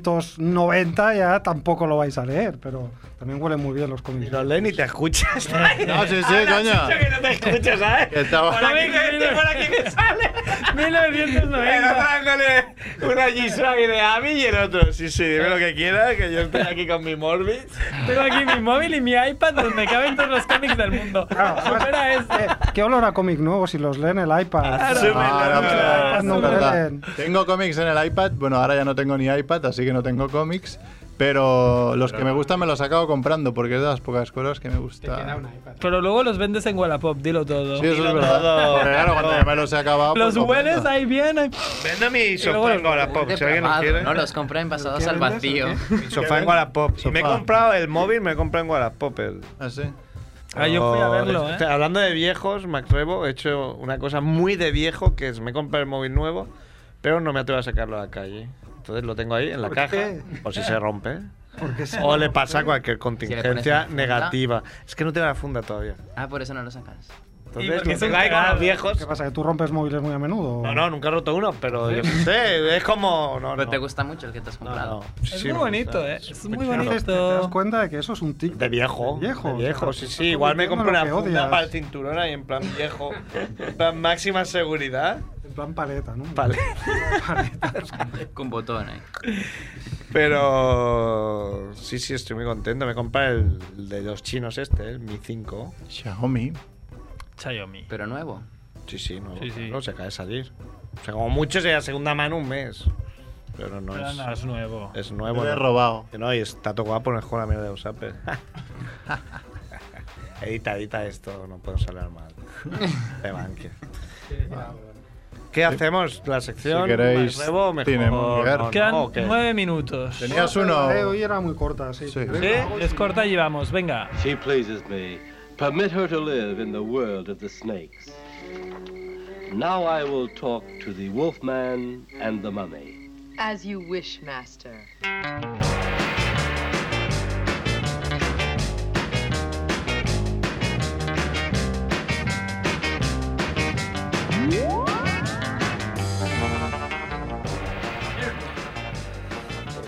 S4: 1990 ya tampoco lo vais a leer, pero también huelen muy bien los cómics.
S2: No leen ni te <laughs> escuchas.
S5: No, sí, sí, coño.
S2: que Ah, no te escuchas, ¿sabes?
S5: Que estaba-
S2: Por aquí que este, por aquí
S1: <laughs>
S2: que sale.
S1: 1990.
S2: dándole una G-Shock de Abby y el otro. Sí, sí, dime lo que quieras, que yo estoy aquí con mi Morbid.
S1: Tengo aquí mi móvil y mi iPad donde caben todos los cómics del mundo.
S4: <laughs> Claro.
S1: Supera este.
S4: Eh, ¿Qué olor a cómic nuevo si los leen el iPad?
S2: Asume
S5: Ah, no,
S2: la
S5: pero-
S4: Ah,
S5: es
S4: no,
S5: verdad.
S4: perdón.
S5: Tengo cómics en el iPad. Bueno, ahora ya no tengo ni iPad, así que no tengo cómics. Pero los que me gustan me los acabo comprando porque es de las pocas cosas que me gusta.
S1: Pero luego los vendes en Wallapop, dilo todo.
S5: Sí, eso es
S2: Dilo
S5: verdad.
S2: todo.
S5: Pero claro, cuando ya me los he acabado. pues
S1: Los
S5: lo
S1: hueles
S5: compro.
S1: ahí bien. ahí-
S2: Vendo mi
S1: luego
S2: sofá en
S1: lo-
S2: Wallapop, si alguien lo
S3: Depravado,
S2: quiere.
S3: ¿no? Los compra en pasados
S4: ¿Qué
S3: al
S4: vendes o
S3: vacío.
S4: qué?
S2: Mi sofá en Wallapop. Y me he
S5: Sofá.
S2: comprado el móvil, me he comprado en Wallapop. el-
S5: Ah, sí.
S1: Ah, yo fui a verlo,
S2: Pero,
S1: ¿eh?
S2: este, Hablando de viejos, me atrevo, he hecho una cosa muy de viejo, que es me compré el móvil nuevo, pero no me atrevo a sacarlo a la calle. Entonces lo tengo ahí en la
S4: ¿Por
S2: caja,
S4: qué?
S2: por si se rompe.
S4: Porque si
S2: O
S4: no-
S2: le pasa cualquier
S3: pones
S2: contingencia
S3: una funda.
S2: negativa. Es que no tengo la funda todavía.
S3: <laughs> Ah, por eso no lo sacas.
S1: Y
S2: Entonces
S1: porque
S2: lo
S1: son
S2: tengo ahí con
S1: cagados.
S2: los viejos.
S4: ¿Qué pasa? ¿Que tú rompes móviles muy a menudo?
S2: No, no, nunca he roto uno, pero yo qué
S4: ¿Eh?
S2: sé, es como. No,
S3: Pero
S2: no.
S3: te gusta mucho el que te has
S2: No,
S3: comprado.
S2: no.
S1: Es
S2: Sí,
S1: muy
S2: me
S1: bonito,
S2: gusta.
S1: ¿eh? Es muy
S2: Claro.
S4: Entonces, ¿Te
S1: bonito.
S4: das cuenta de que eso es un tic?
S2: De viejo.
S4: De viejo.
S2: De
S4: o sea,
S2: viejo, sí,
S4: te
S2: sí.
S4: estás
S2: Igual me compré
S4: convirtiendo
S2: una
S4: en lo que
S2: funda
S4: odias.
S2: para el cinturón ahí en plan viejo. En plan máxima seguridad.
S4: En plan paleta, ¿no?
S2: Vale.
S3: <laughs> Con botón, ¿eh?
S2: Pero. Sí, sí, estoy muy contento. Me compré el, el de los chinos este, el Mi 5.
S5: Xiaomi.
S1: Xiaomi.
S3: Pero nuevo.
S2: Sí, sí, no.
S1: Sí, sí.
S2: claro, se acaba de salir. O sea, como mucho sería segunda mano un mes. Pero no
S1: Pero
S2: es.
S1: no, es nuevo.
S2: Es
S5: Me
S2: nuevo.
S5: lo he
S2: ¿no?
S5: robado.
S2: Que No, y está todo guapo, no es con la mierda de los Apple. <laughs> edita, edita esto, no puedo hablar mal. Te banque. ¿Qué hacemos? ¿La sección?
S5: Si queréis,
S2: ¿Me rebo o mejor?
S5: tiene mujer.
S2: No,
S1: Quedan
S2: no, ¿o qué?
S1: nueve minutos.
S5: Tenías
S4: Pero
S5: uno.
S4: la de hoy era muy corta, sí.
S5: Sí.
S1: Sí, es corta y vamos, venga.
S10: She pleases me. Permit her to live in the world of the snakes. Now I will talk to the wolfman and the mummy.
S11: As you wish, master.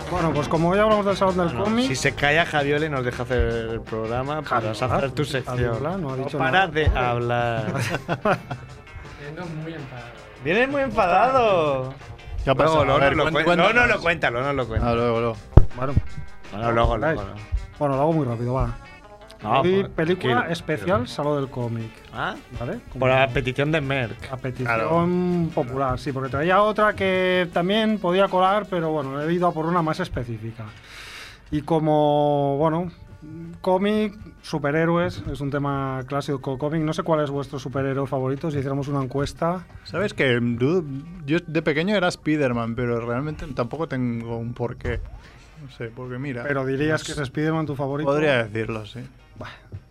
S4: Bueno, pues como hoy hablamos del Salón del
S2: No,
S4: Cómic...
S2: si se calla Javiola y nos deja hacer el programa, para
S4: Javiola, pues,
S2: hacer tu
S4: Javiola,
S2: sección.
S4: no ha dicho
S2: para
S4: nada.
S2: de
S4: <laughs>
S2: hablar.
S9: muy enfadado.
S2: Vienes muy enfadado.
S5: ¿Qué ha pasado?
S2: Luego,
S5: A
S2: no,
S5: ver,
S2: no, lo
S5: cuenta-
S2: cuen- no,
S5: cuéntanos.
S2: no lo cuéntalo, no lo
S5: Ah,
S2: cuéntalo.
S5: luego, luego.
S4: Bueno,
S2: Bueno, luego, luego.
S4: ¿sabes? Bueno, lo hago muy rápido, va.
S2: No,
S4: hoy película
S2: por- Ah, pues, tranquilo.
S4: especial Salón del Cómic,
S2: ¿Ah?
S4: ¿vale? Como
S2: Por la petición de Merck.
S4: a petición popular, sí, porque traía otra que también podía colar, pero bueno, he ido a por una más específica. Y como, bueno, cómic, superhéroes, es un tema clásico cómic. No sé cuál es vuestro superhéroe favorito, si hiciéramos una encuesta.
S5: Sabes que dudo- yo de pequeño era Spider-Man, pero realmente tampoco tengo un porqué. No sé, porque mira.
S4: Pero dirías que es Spiderman tu favorito.
S5: Podría decirlo, sí.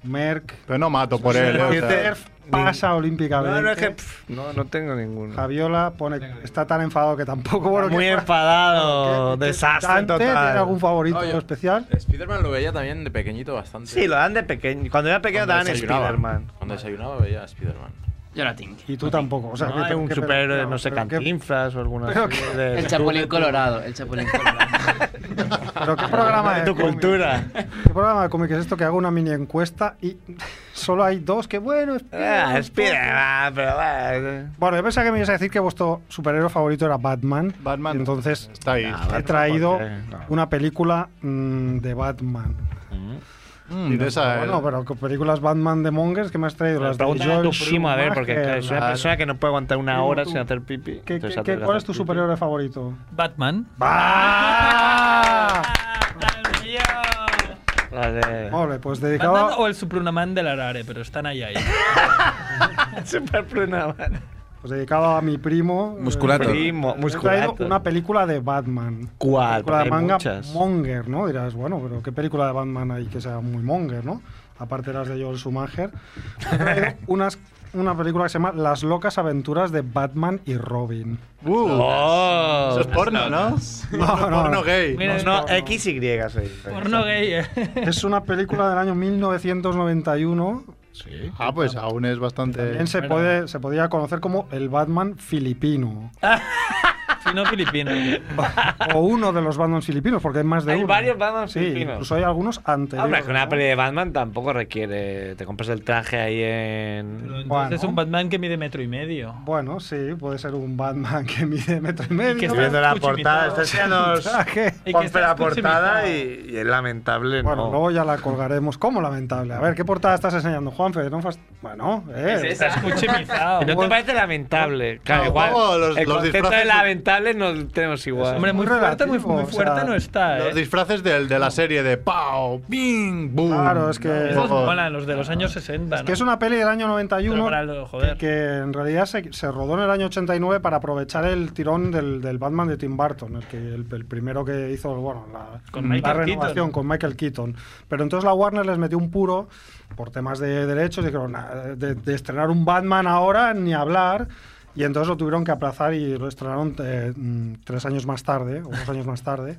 S4: Merck.
S5: Pero no mato por él. eh, o sea,
S2: decirte-
S4: Merck pasa olímpicamente.
S2: No, no es que. pff, no, no tengo ninguno.
S4: Javiola pone, está tan enfadado que tampoco... Ah, Bueno,
S2: Muy
S4: que-
S2: enfadado,
S4: que- que-
S2: desastre
S4: Dante, ¿Tiene
S2: total.
S4: algún favorito
S12: No, yo-
S4: especial?
S12: Spider-Man lo veía también de pequeñito bastante.
S2: Sí, lo dan de pequeño. Cuando era pequeño
S12: Cuando
S2: daban
S12: desayunaba.
S2: Spider-Man.
S12: Cuando desayunaba veía a Spider-Man.
S3: Yo no tengo.
S4: Y tú tampoco. O sea,
S2: No,
S4: que-
S2: hay un
S4: que-
S2: superhéroe,
S4: pero-
S2: no sé,
S4: pero qué-
S2: Cantinflas o alguna
S4: pero
S2: serie
S4: qué-
S2: de-
S3: El chapulín Ah, colorado. El chapulín colorado.
S4: Pero qué
S2: <laughs>
S4: programa
S2: de
S4: de
S2: tu
S4: cómic?
S2: cultura.
S4: ¿Qué programa de cómic es esto que hago una mini encuesta y <laughs> solo hay dos que bueno,
S2: Ah,
S4: Spiderman,
S2: Spider-Man, pero bueno.
S4: Bueno, yo pensaba que me ibas a decir que vuestro superhéroe favorito era Batman.
S5: Batman.
S4: Entonces
S5: Está ahí.
S4: he traído
S2: ¿por qué? No.
S4: una película mm, de Batman.
S5: Mm, de esa.
S4: Bueno, pero con películas Batman de Mongers que me has traído las de
S2: Pregúntale a
S4: Joel
S2: tu primo, a ver, porque
S4: Schumacher.
S2: es una persona que no puede aguantar una hora sin hacer pipi.
S4: ¿Qué-
S2: entonces
S4: qué-
S2: hace-
S4: qué- ¿Cuál es
S2: hace
S4: tu
S2: pipi.
S4: superhéroe favorito?
S1: Batman.
S2: Ah.
S4: ¡Va!
S1: Ah,
S2: Vale.
S4: Vale, pues
S1: Batman
S2: Eh.
S4: dedicado
S1: o el Superman del Arare, pero están ahí ahí.
S2: <laughs> Super pronaban.
S4: Pues dedicado a mi primo. eh,
S2: Musculato. Primo,
S4: he traído
S2: musculato.
S4: Una película de Batman.
S2: ¿Cuál?
S4: Película de
S2: Hay
S4: manga
S2: muchas.
S4: Monger, ¿no? Dirás, bueno, pero ¿qué película de Batman hay que sea muy Monger, no? Aparte de las de Joel Schumacher. He
S2: <laughs>
S4: traído unas, una película que se llama Las locas aventuras de Batman y Robin.
S5: Uh. Oh, eso es porno, <laughs> ¿no?
S4: No, no.
S5: porno gay.
S4: Mira,
S5: es
S4: no,
S5: porno.
S2: XY soy.
S1: Porno gay, eh. <laughs>
S4: Es una película del año 1991.
S5: Sí. Ah, pues aún es bastante.
S4: También se, puede, se podía conocer como el Batman filipino.
S1: Fino filipino.
S4: o uno de los Batman filipinos, porque hay más de
S2: Hay
S4: uno.
S2: varios Batman
S4: sí,
S2: filipinos.
S4: Incluso hay algunos anteriores.
S2: Hombre, es que una
S4: ¿no?
S2: peli de Batman tampoco requiere. Te compras el traje ahí en.
S1: Entonces es un Batman que mide metro y medio.
S4: Bueno, sí, puede ser un Batman que mide metro y medio.
S1: que está Viendo la portada, cuchimitado. está
S2: este
S1: enseñando
S4: <laughs>
S1: los-
S4: Traje.
S1: Y que Ponte está la
S2: portada y, y es lamentable,
S4: Bueno,
S2: ¿no?
S4: luego ya la colgaremos. ¿Cómo lamentable? A ver, ¿qué portada estás enseñando, Juanfe? No fas- Bueno, eh.
S2: Está cuchimizado. ¿No te parece lamentable? Claro,
S4: No,
S2: igual.
S4: luego los-
S2: el
S4: los
S2: concepto de
S4: disfraces-
S2: lamentable no lo tenemos igual.
S5: Hombre, muy
S1: fuerte, muy- muy fuerte no está, eh.
S5: Los disfraces del- de, la serie de Pau, Ping, Boom.
S4: Claro, es que-
S5: Un
S1: Esos
S5: poco-
S1: molan, los de los años 60.
S4: Que es una peli del año 91
S1: Pero para lo- joder.
S4: que en realidad se, se rodó en el año 89 para aprovechar el tirón del, del Batman de Tim Burton, el, que, el, el primero que hizo bueno, la,
S1: Con
S4: la
S1: Michael
S4: renovación
S1: Keaton.
S4: con Michael Keaton. Pero entonces la Warner les metió un puro por temas de derechos, dijeron, "Nah, de, de estrenar un Batman ahora ni hablar. Y entonces lo tuvieron que aplazar y lo estrenaron eh, mm, tres años más tarde, o dos años más tarde.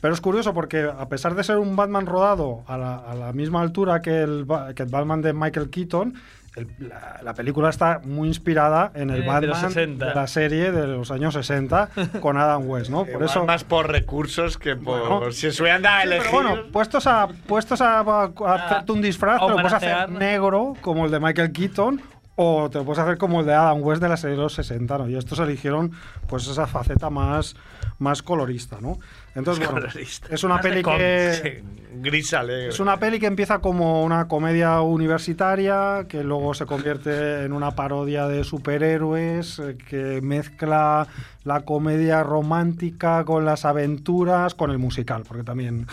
S4: Pero es curioso porque a pesar de ser un Batman rodado a la, a la misma altura que el, Ba- que el Batman de Michael Keaton, el- la, la película está muy inspirada en el
S1: Eh, de
S4: Batman
S1: los 60.
S4: de la serie de los años 60 con Adam West,
S2: <laughs>
S4: ¿no? Por
S2: Igual
S4: eso
S2: más por recursos que por.
S4: Bueno.
S2: si se hubieran dado a elegir. <laughs>
S4: bueno, puestos a, puestos a, a- a hacerte un disfraz, te lo puedes hacer
S2: homenajear.
S4: negro, como el de Michael Keaton, o te lo puedes hacer como el de Adam West de la serie de los 60, ¿no? Y estos eligieron, pues, esa faceta más, más colorista, ¿no? Entonces, bueno,
S2: Colorista.
S4: es una
S2: Más de
S4: peli
S2: cómics,
S4: que...
S2: sí. <laughs> Gris alegre.
S4: Es una peli que empieza como una comedia universitaria, que luego se convierte en una parodia de superhéroes, eh, que mezcla la comedia romántica con las aventuras, con el musical, porque también,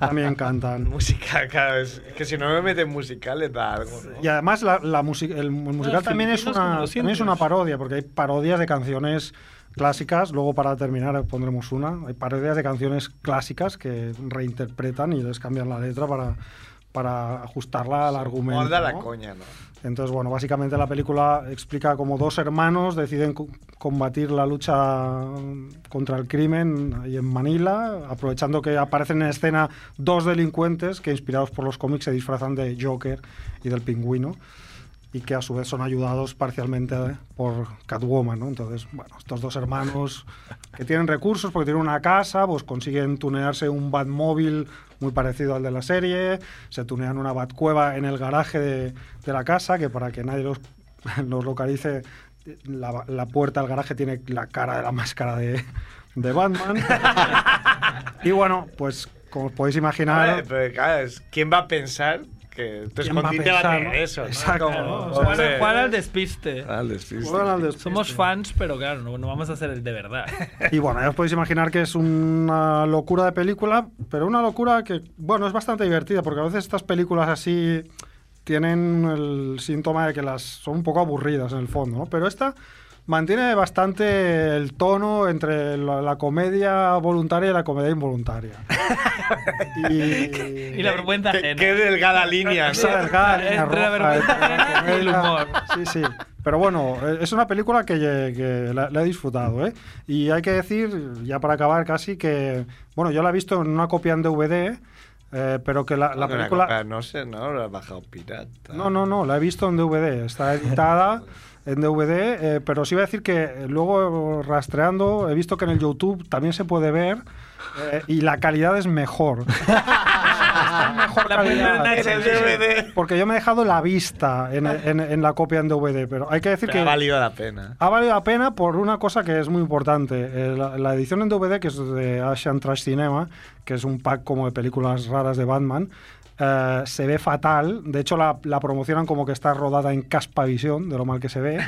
S4: también cantan.
S2: Música, <laughs> claro. Es es que si no me meten musicales, da algo. ¿no?
S4: Y además la, la musi- el, musical
S2: los
S4: también, es
S2: filipinos como
S4: una,
S2: los
S4: también es
S2: indios.
S4: una parodia, porque hay parodias de canciones clásicas, luego para terminar pondremos una, hay parodias de canciones clásicas que reinterpretan y les cambian la letra para, para ajustarla al argumento.
S2: Morda la
S4: ¿no?
S2: coña, ¿no?
S4: Entonces, bueno, básicamente la película explica cómo dos hermanos deciden co- combatir la lucha contra el crimen ahí en Manila, aprovechando que aparecen en escena dos delincuentes que, inspirados por los cómics, se disfrazan de Joker y del pingüino y que a su vez son ayudados parcialmente eh, por Catwoman, ¿no? Entonces, bueno, estos dos hermanos que tienen recursos porque tienen una casa, pues consiguen tunearse un Batmóvil muy parecido al de la serie, se tunean una Batcueva en el garaje de, de la casa, que para que nadie los, <laughs> los localice, la, la puerta al garaje tiene la cara de la máscara de, de Batman. y bueno, pues como os podéis imaginar...
S2: Vale, pero claro, es- ¿quién va a pensar que tu
S4: ¿Quién va a
S2: escondite va a
S4: pensar,
S2: tener
S4: no?
S2: eso? ¿no?
S4: Exacto,
S2: Como,
S4: ¿no? O sea,
S2: hombre,
S1: Juan, Juan al despiste.
S2: Al despiste.
S4: Juan al despiste.
S1: Somos fans, pero claro, no, no vamos a hacer el de verdad.
S4: Y bueno, ya os podéis imaginar que es una locura de película, pero una locura que, bueno, es bastante divertida, porque a veces estas películas así tienen el síntoma de que las son un poco aburridas en el fondo, ¿no? Pero esta mantiene bastante el tono entre la, la comedia voluntaria y la comedia involuntaria. y,
S1: Y la vergüenza ajena.
S2: Qué delgada línea, ¿no?
S1: Eh,
S4: Esa delgada línea
S1: Entre la
S4: roja,
S1: vergüenza
S4: entre la
S1: ajena y el
S4: comedia.
S1: humor.
S4: Sí, sí. Pero bueno, eh, es una película que, ye- que la, la he disfrutado, ¿eh? Y hay que decir, ya para acabar casi, que... Bueno, yo la he visto en una copia en DVD, eh, pero que la, la
S2: Una
S4: película...
S2: copa, no sé, ¿no? Lo has bajado pirata.
S4: No, no, no, la he visto en DVD. Está editada en DVD, eh, pero sí iba a decir que eh, luego rastreando he visto que en el YouTube también se puede ver eh, y la calidad es
S1: <laughs>
S4: mejor. mejor
S1: La primera
S4: calidad.
S1: en DVD.
S4: Porque yo me he dejado la vista en, en- en la copia en DVD, pero hay que decir
S2: Pero
S4: que
S2: ha valido la pena.
S4: ha valido la pena por una cosa que es muy importante. Eh, la, la edición en DVD, que es de Asian Trash Cinema, que es un pack como de películas raras de Batman, eh, se ve fatal. De hecho, la, la promocionan como que está rodada en Caspavisión, de lo mal que se ve.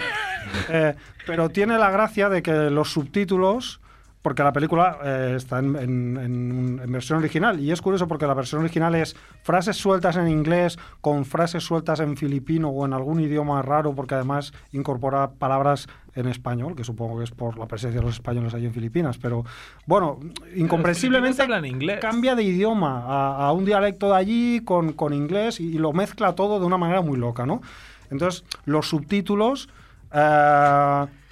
S4: Eh, pero tiene la gracia de que los subtítulos porque la película eh, está en, en- en- en versión original. Y es curioso porque la versión original es frases sueltas en inglés con frases sueltas en filipino o en algún idioma raro, porque además incorpora palabras en español, que supongo que es por la presencia de los españoles allí en Filipinas. Pero bueno, incomprensiblemente cambia de idioma a, a un dialecto de allí con, con inglés y, y lo mezcla todo de una manera muy loca, ¿no? Entonces, los subtítulos eh,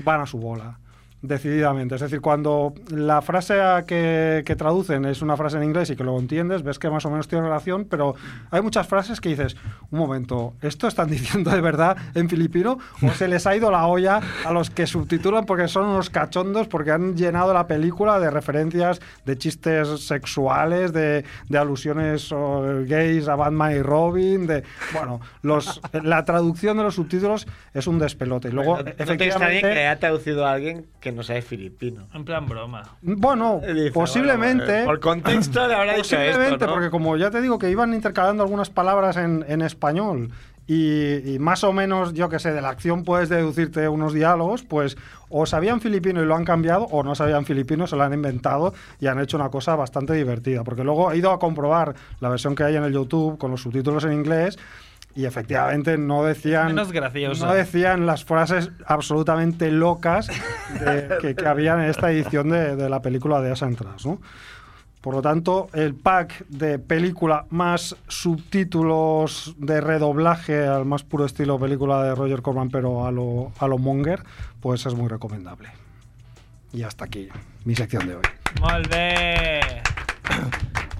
S4: van a su bola. Decididamente. Es decir, cuando la frase a que, que traducen es una frase en inglés y que lo entiendes, ves que más o menos tiene relación, pero hay muchas frases que dices, un momento, ¿esto están <laughs> diciendo de verdad en filipino? ¿O se les ha ido la olla a los que subtitulan porque son unos cachondos, porque han llenado la película de referencias, de chistes sexuales, de, de alusiones oh, gays a Batman y Robin? De, bueno, los, <laughs> la traducción de los subtítulos es un despelote. Y Luego,
S2: No, no te está bien
S4: efectivamente...
S2: que le haya traducido a alguien que no
S4: <laughs>
S2: sabe filipino.
S1: En plan broma.
S4: Bueno, posiblemente.
S2: bueno, eh, por contexto le habrá dicho esto,
S4: Posiblemente,
S2: ¿no?
S4: porque como ya te digo que iban intercalando algunas palabras en, en español y, y más o menos, yo que sé, de la acción puedes deducirte unos diálogos, pues o sabían filipino y lo han cambiado o no sabían filipino, se lo han inventado y han hecho una cosa bastante divertida. Porque luego he ido a comprobar la versión que hay en el YouTube con los subtítulos en inglés. Y efectivamente no decían.
S1: Menos graciosa.
S4: No decían las frases absolutamente locas
S1: <laughs>
S4: de- que, que habían en esta edición de, de la película de Asa Entras, ¿no? Por lo tanto, el pack de película más subtítulos de redoblaje al más puro estilo película de Roger Corman, pero a lo, a lo Monger, pues es muy recomendable. Y hasta aquí mi sección de hoy.
S1: Molt bé.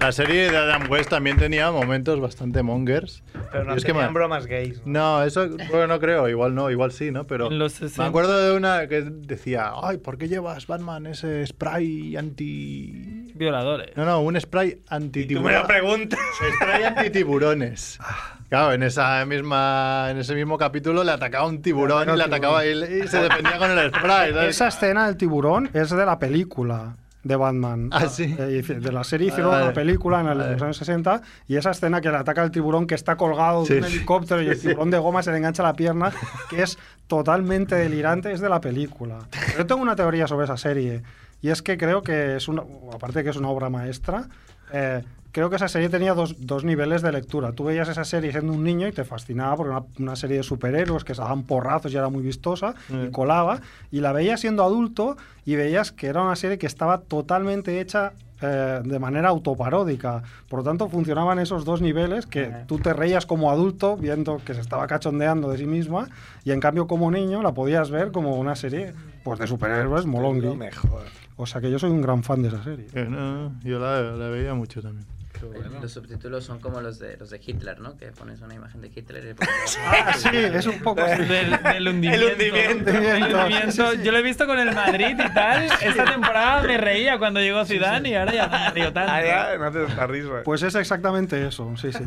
S5: La serie de Adam West también tenía momentos bastante mongers.
S2: Pero no
S5: Y
S2: es
S5: me-
S2: bromas gays.
S5: No, eso bueno, no creo, igual no, igual sí, ¿no? Pero
S2: En los 60.
S5: me acuerdo de una que decía, ay, ¿por qué llevas Batman ese spray anti...
S2: <laughs>
S1: Violadores.
S5: No, no, un spray anti
S2: Tú me lo preguntas.
S5: Spray anti tiburones. Claro, en, esa misma, en ese mismo capítulo le atacaba un tiburón y le atacaba y, le- y se defendía con el spray. ¿sabes?
S4: Esa escena del tiburón es de la película de Batman.
S5: Ah, sí.
S4: Eh, hice- De la serie
S5: Vale,
S4: hicieron
S5: vale.
S4: una película en el- los años 60 y esa escena que le ataca el tiburón que está colgado
S5: Sí,
S4: de un
S5: sí.
S4: helicóptero y el tiburón de goma se le engancha la pierna, que es totalmente delirante, es de la película. Yo tengo una teoría sobre esa serie y es que creo que es una, aparte de que es una obra maestra, eh, creo que esa serie tenía dos, dos niveles de lectura. Tú veías esa serie siendo un niño y te fascinaba porque era una, una serie de superhéroes que se daban porrazos y era muy vistosa
S5: Mm.
S4: y colaba. Y la veías siendo adulto y veías que era una serie que estaba totalmente hecha eh, de manera autoparódica. Por lo tanto, funcionaban esos dos niveles que tú te reías como adulto viendo que se estaba cachondeando de sí misma y en cambio como niño la podías ver como una serie pues de superhéroes molongi.
S2: mejor.
S4: O sea que yo soy un gran fan de esa serie.
S5: Eh, no, yo la, la veía mucho también.
S3: <laughs>
S13: Los subtítulos son como los de, los de Hitler, ¿no? Que pones una imagen de Hitler y le pones...
S4: Ah,
S3: <laughs>
S4: sí, es un poco así.
S1: Del, del hundimiento.
S4: El hundimiento.
S1: El hundimiento.
S4: Sí, sí.
S1: Yo lo he visto con el Madrid y tal. Esta temporada me reía cuando llegó Zidane y ahora ya no me río tanto.
S2: Ah, ya, no haces la risa.
S4: <laughs> Pues es exactamente eso, sí, sí.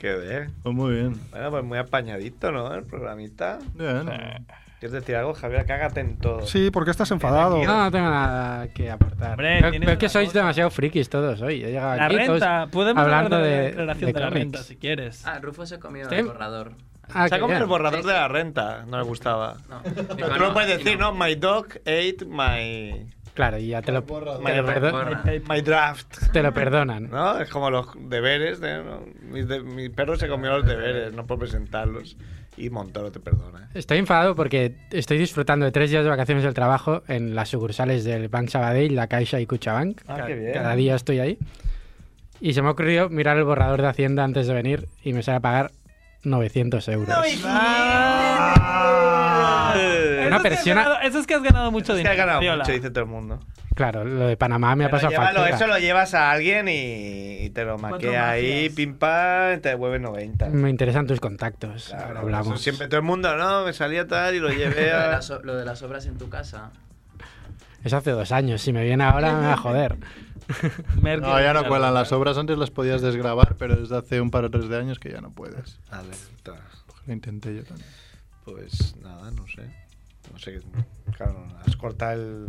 S2: Qué bien.
S5: Pues muy bien.
S2: Bueno, pues muy apañadito, ¿no? El programita.
S5: Bien.
S2: ¿Quieres decir algo, Javier? Cágate en todo.
S4: Sí, porque estás enfadado.
S14: No, no tengo nada que aportar.
S2: Hombre,
S14: Pero-
S2: tienes
S14: pero es que sois demasiado frikis todos hoy. Yo he llegado
S1: La
S14: aquí,
S1: renta.
S14: todos
S1: Podemos hablar
S14: hablando
S1: de, la
S14: de, de
S1: declaración de, la
S14: cómics.
S1: renta si quieres.
S13: Ah, Rufo se comió
S14: ¿Sí?
S13: el borrador.
S14: Ah,
S2: Se ha
S14: qué
S2: comido el
S14: bien.
S2: borrador de la renta. No le gustaba. <laughs> Pero tú lo puedes decir, ¿no? My dog ate my...
S14: Claro, y ya te lo,
S2: My,
S14: te lo perdo-
S2: my draft.
S14: te lo perdonan.
S2: ¿No? Es como los deberes. de- no, Mi, de- mi perro se comió los deberes, no puedo presentarlos. Y Montoro te perdona. ¿eh?
S14: Estoy enfadado porque estoy disfrutando de tres días de vacaciones del trabajo en las sucursales del Bank Sabadell, La Caixa y Cuchabank.
S2: Ah, qué bien.
S14: Cada día estoy ahí. Y se me ha ocurrido mirar el borrador de Hacienda antes de venir y me sale a pagar 900 euros. Una
S1: Eso es que has
S14: persona-
S1: ganado- Eso es que has ganado mucho
S2: Ah. Es que ha
S1: dinero.
S2: ganado
S1: Fiola.
S2: mucho, dice todo el mundo.
S14: Claro, lo de Panamá me ha
S2: Pero
S14: pasado
S2: llévalo,
S14: factura.
S2: eso lo llevas a alguien y, y te lo maquea ahí, pim pam, te devuelve 90.
S5: Mm,
S14: Me interesan tus contactos. Ahora
S2: Eso
S14: hablamos.
S2: Siempre todo el mundo, ¿no? Me salía tal y lo
S13: Lo
S2: llevé
S13: de,
S3: <laughs>
S2: a...
S13: las, o- lo de las obras en tu casa.
S14: Es hace dos años. Si me viene ahora, me va a joder.
S5: No, ya no cuelan. Las obras antes las podías desgrabar, pero desde hace un par o tres de años que ya no puedes. Lo intenté yo también.
S2: Pues nada, no sé. No sé. Claro, has cortado el,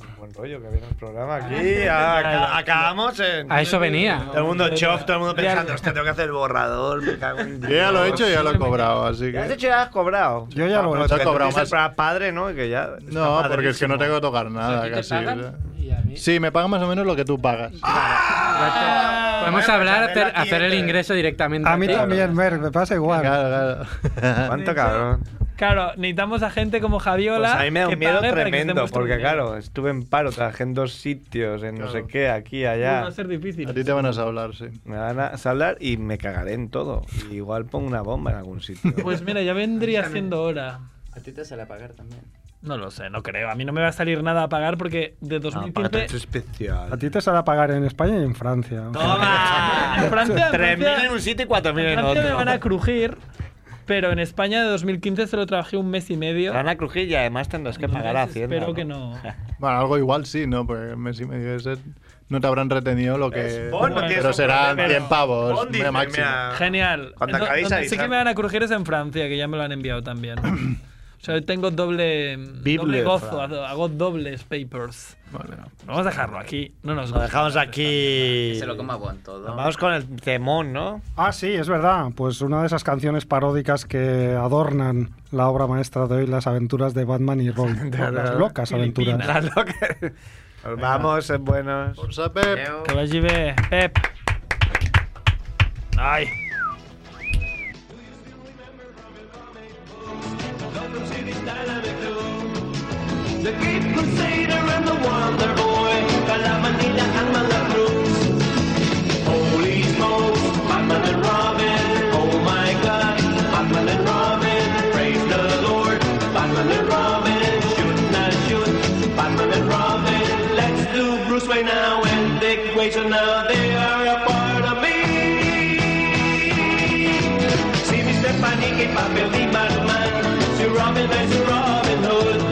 S2: Un buen rollo que viene el programa aquí. Ah, aca- acabamos en.
S14: A eso venía.
S2: Todo el mundo chof, todo el mundo pensando, hostia, tengo que hacer el borrador, me cago en
S5: Yo ya lo he
S2: Dios".
S5: hecho y ya lo he cobrado, así
S2: ¿Ya has
S5: que.
S2: hecho ya has cobrado? Ah,
S5: Yo ya lo he
S2: Bueno,
S5: hecho.
S2: que
S5: He cobrado
S2: tú tienes
S5: más.
S2: el padre, ¿no? Que ya está
S5: No, porque es que no
S2: padrísimo.
S5: tengo que tocar
S2: ¿A ti
S5: nada
S2: te
S5: casi.
S2: pagan?
S5: o sea. Sí, me pagan más o menos lo que tú pagas.
S14: Podemos hablar, hacer, hacer el ingreso directamente.
S4: A mí
S14: ti.
S4: también, Mer, me pasa igual.
S2: ¿Cuánto cabrón?
S1: Claro, necesitamos a gente como Javiola.
S2: Pues a mí me da
S1: que
S2: un miedo
S1: pague para que
S2: tremendo,
S1: estemos
S2: porque
S1: todos.
S2: claro, estuve en paro, trabajé en dos sitios, en no sé qué, aquí, allá.
S1: Uh, Va a ser
S5: <laughs>
S1: difícil.
S5: A ti te van a hablar, sí.
S2: Me van a hablar y me cagaré en todo. Y igual pongo una bomba en algún sitio.
S1: <laughs> Pues mira, ya vendría siendo hora.
S13: A ti te sale a pagar también.
S1: No lo sé, no creo. A mí no me va a salir nada a pagar porque de 2015.
S2: especial.
S4: A ti te sale a pagar en España y en Francia.
S14: <laughs>
S1: En Francia.
S2: 3.000 en un sitio y 4.000 en
S1: Francia me
S2: otro.
S1: van a crujir, pero en España de 2015 solo trabajé un mes y medio.
S2: Te van a crujir y además tendrás que pagar a Hacienda.
S1: Espero
S2: ¿no?
S1: que
S2: <laughs>
S1: no.
S5: Bueno, algo igual sí, ¿no? Porque me- si me dices, "Eh, no te habrán retenido lo que.
S2: Es Bond, no
S5: pero
S2: tienes
S5: serán
S2: un problema.
S5: 100 pavos,
S2: Bond dice,
S5: máximo.
S2: mira,
S1: Genial.
S2: Cuando
S1: No,
S2: acabéis
S1: donde sí que
S2: avisad.
S1: me van a crujir es en Francia, que ya me lo han enviado
S2: <clears throat>
S1: también. O sea, hoy tengo doble, doble
S2: Bible,
S1: gozo,
S2: Fran.
S1: hago hago dobles papers. Vamos a dejarlo aquí, no nos
S2: Lo
S1: gusta.
S2: dejamos aquí.
S13: se lo coma Bon todo.
S2: Vamos con el temón, ¿no?
S4: Ah, sí, es verdad. Pues una de esas canciones paródicas que adornan la obra maestra de hoy, las aventuras de Batman y Robin. las locas aventuras.
S2: Las locas. Nos vamos, es buenos.
S1: Que vagi bé, Pep. Ay.
S6: The great crusader and the wonder boy, Calamanila and Malacruz. Holy smokes, Batman and Robin, oh my god, Batman and Robin, praise the Lord. Batman and Robin, shoot not shoot, Batman and Robin, let's do Bruce Wayne now and Dick Grayson now they are a part of me. See me Stephanie, keep up and be Batman, Sir Robin and Sir Robin Hood.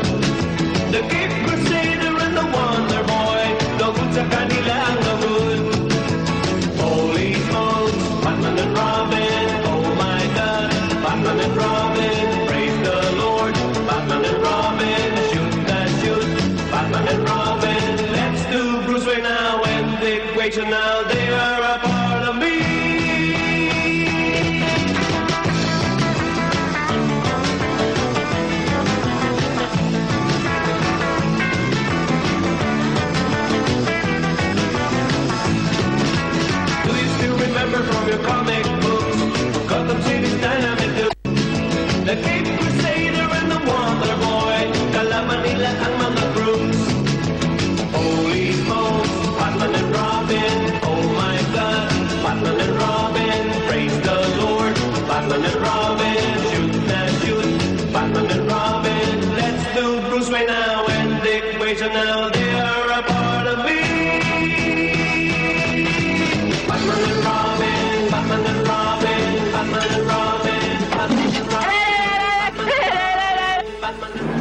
S6: The Cape Crusader and the Wonder Boy, the Woods of Canila and the Hood. Holy smokes, Batman and Robin, oh my god, Batman and Robin, praise the Lord. Batman and Robin, shoot that shoot, Batman and Robin, let's do Bruce Wayne now and Dick Grayson now, they are a part of me. Do you still remember from your comic books? Gotham City's dynamic dude. The Cape Crusader and the Wonder Boy, Calamanila and Mama Cruz. Oh, Holy smokes, Batman and Robin, oh my god, Batman and Robin, praise the Lord. Batman and Robin, shoot now shoot, Batman and Robin, let's do Bruce Wayne now and Dick Grayson now, they are a part of me. Batman and Robin, Batman and Robin, Batman and Robin, Batman and Robin. Batman and Robin.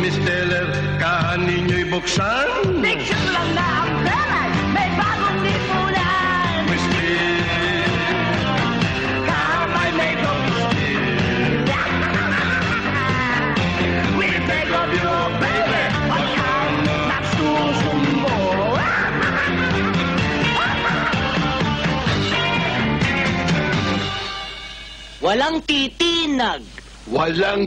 S5: Miss Taylor, caniño y boxar.
S6: oh, Walang titinag.
S5: Walang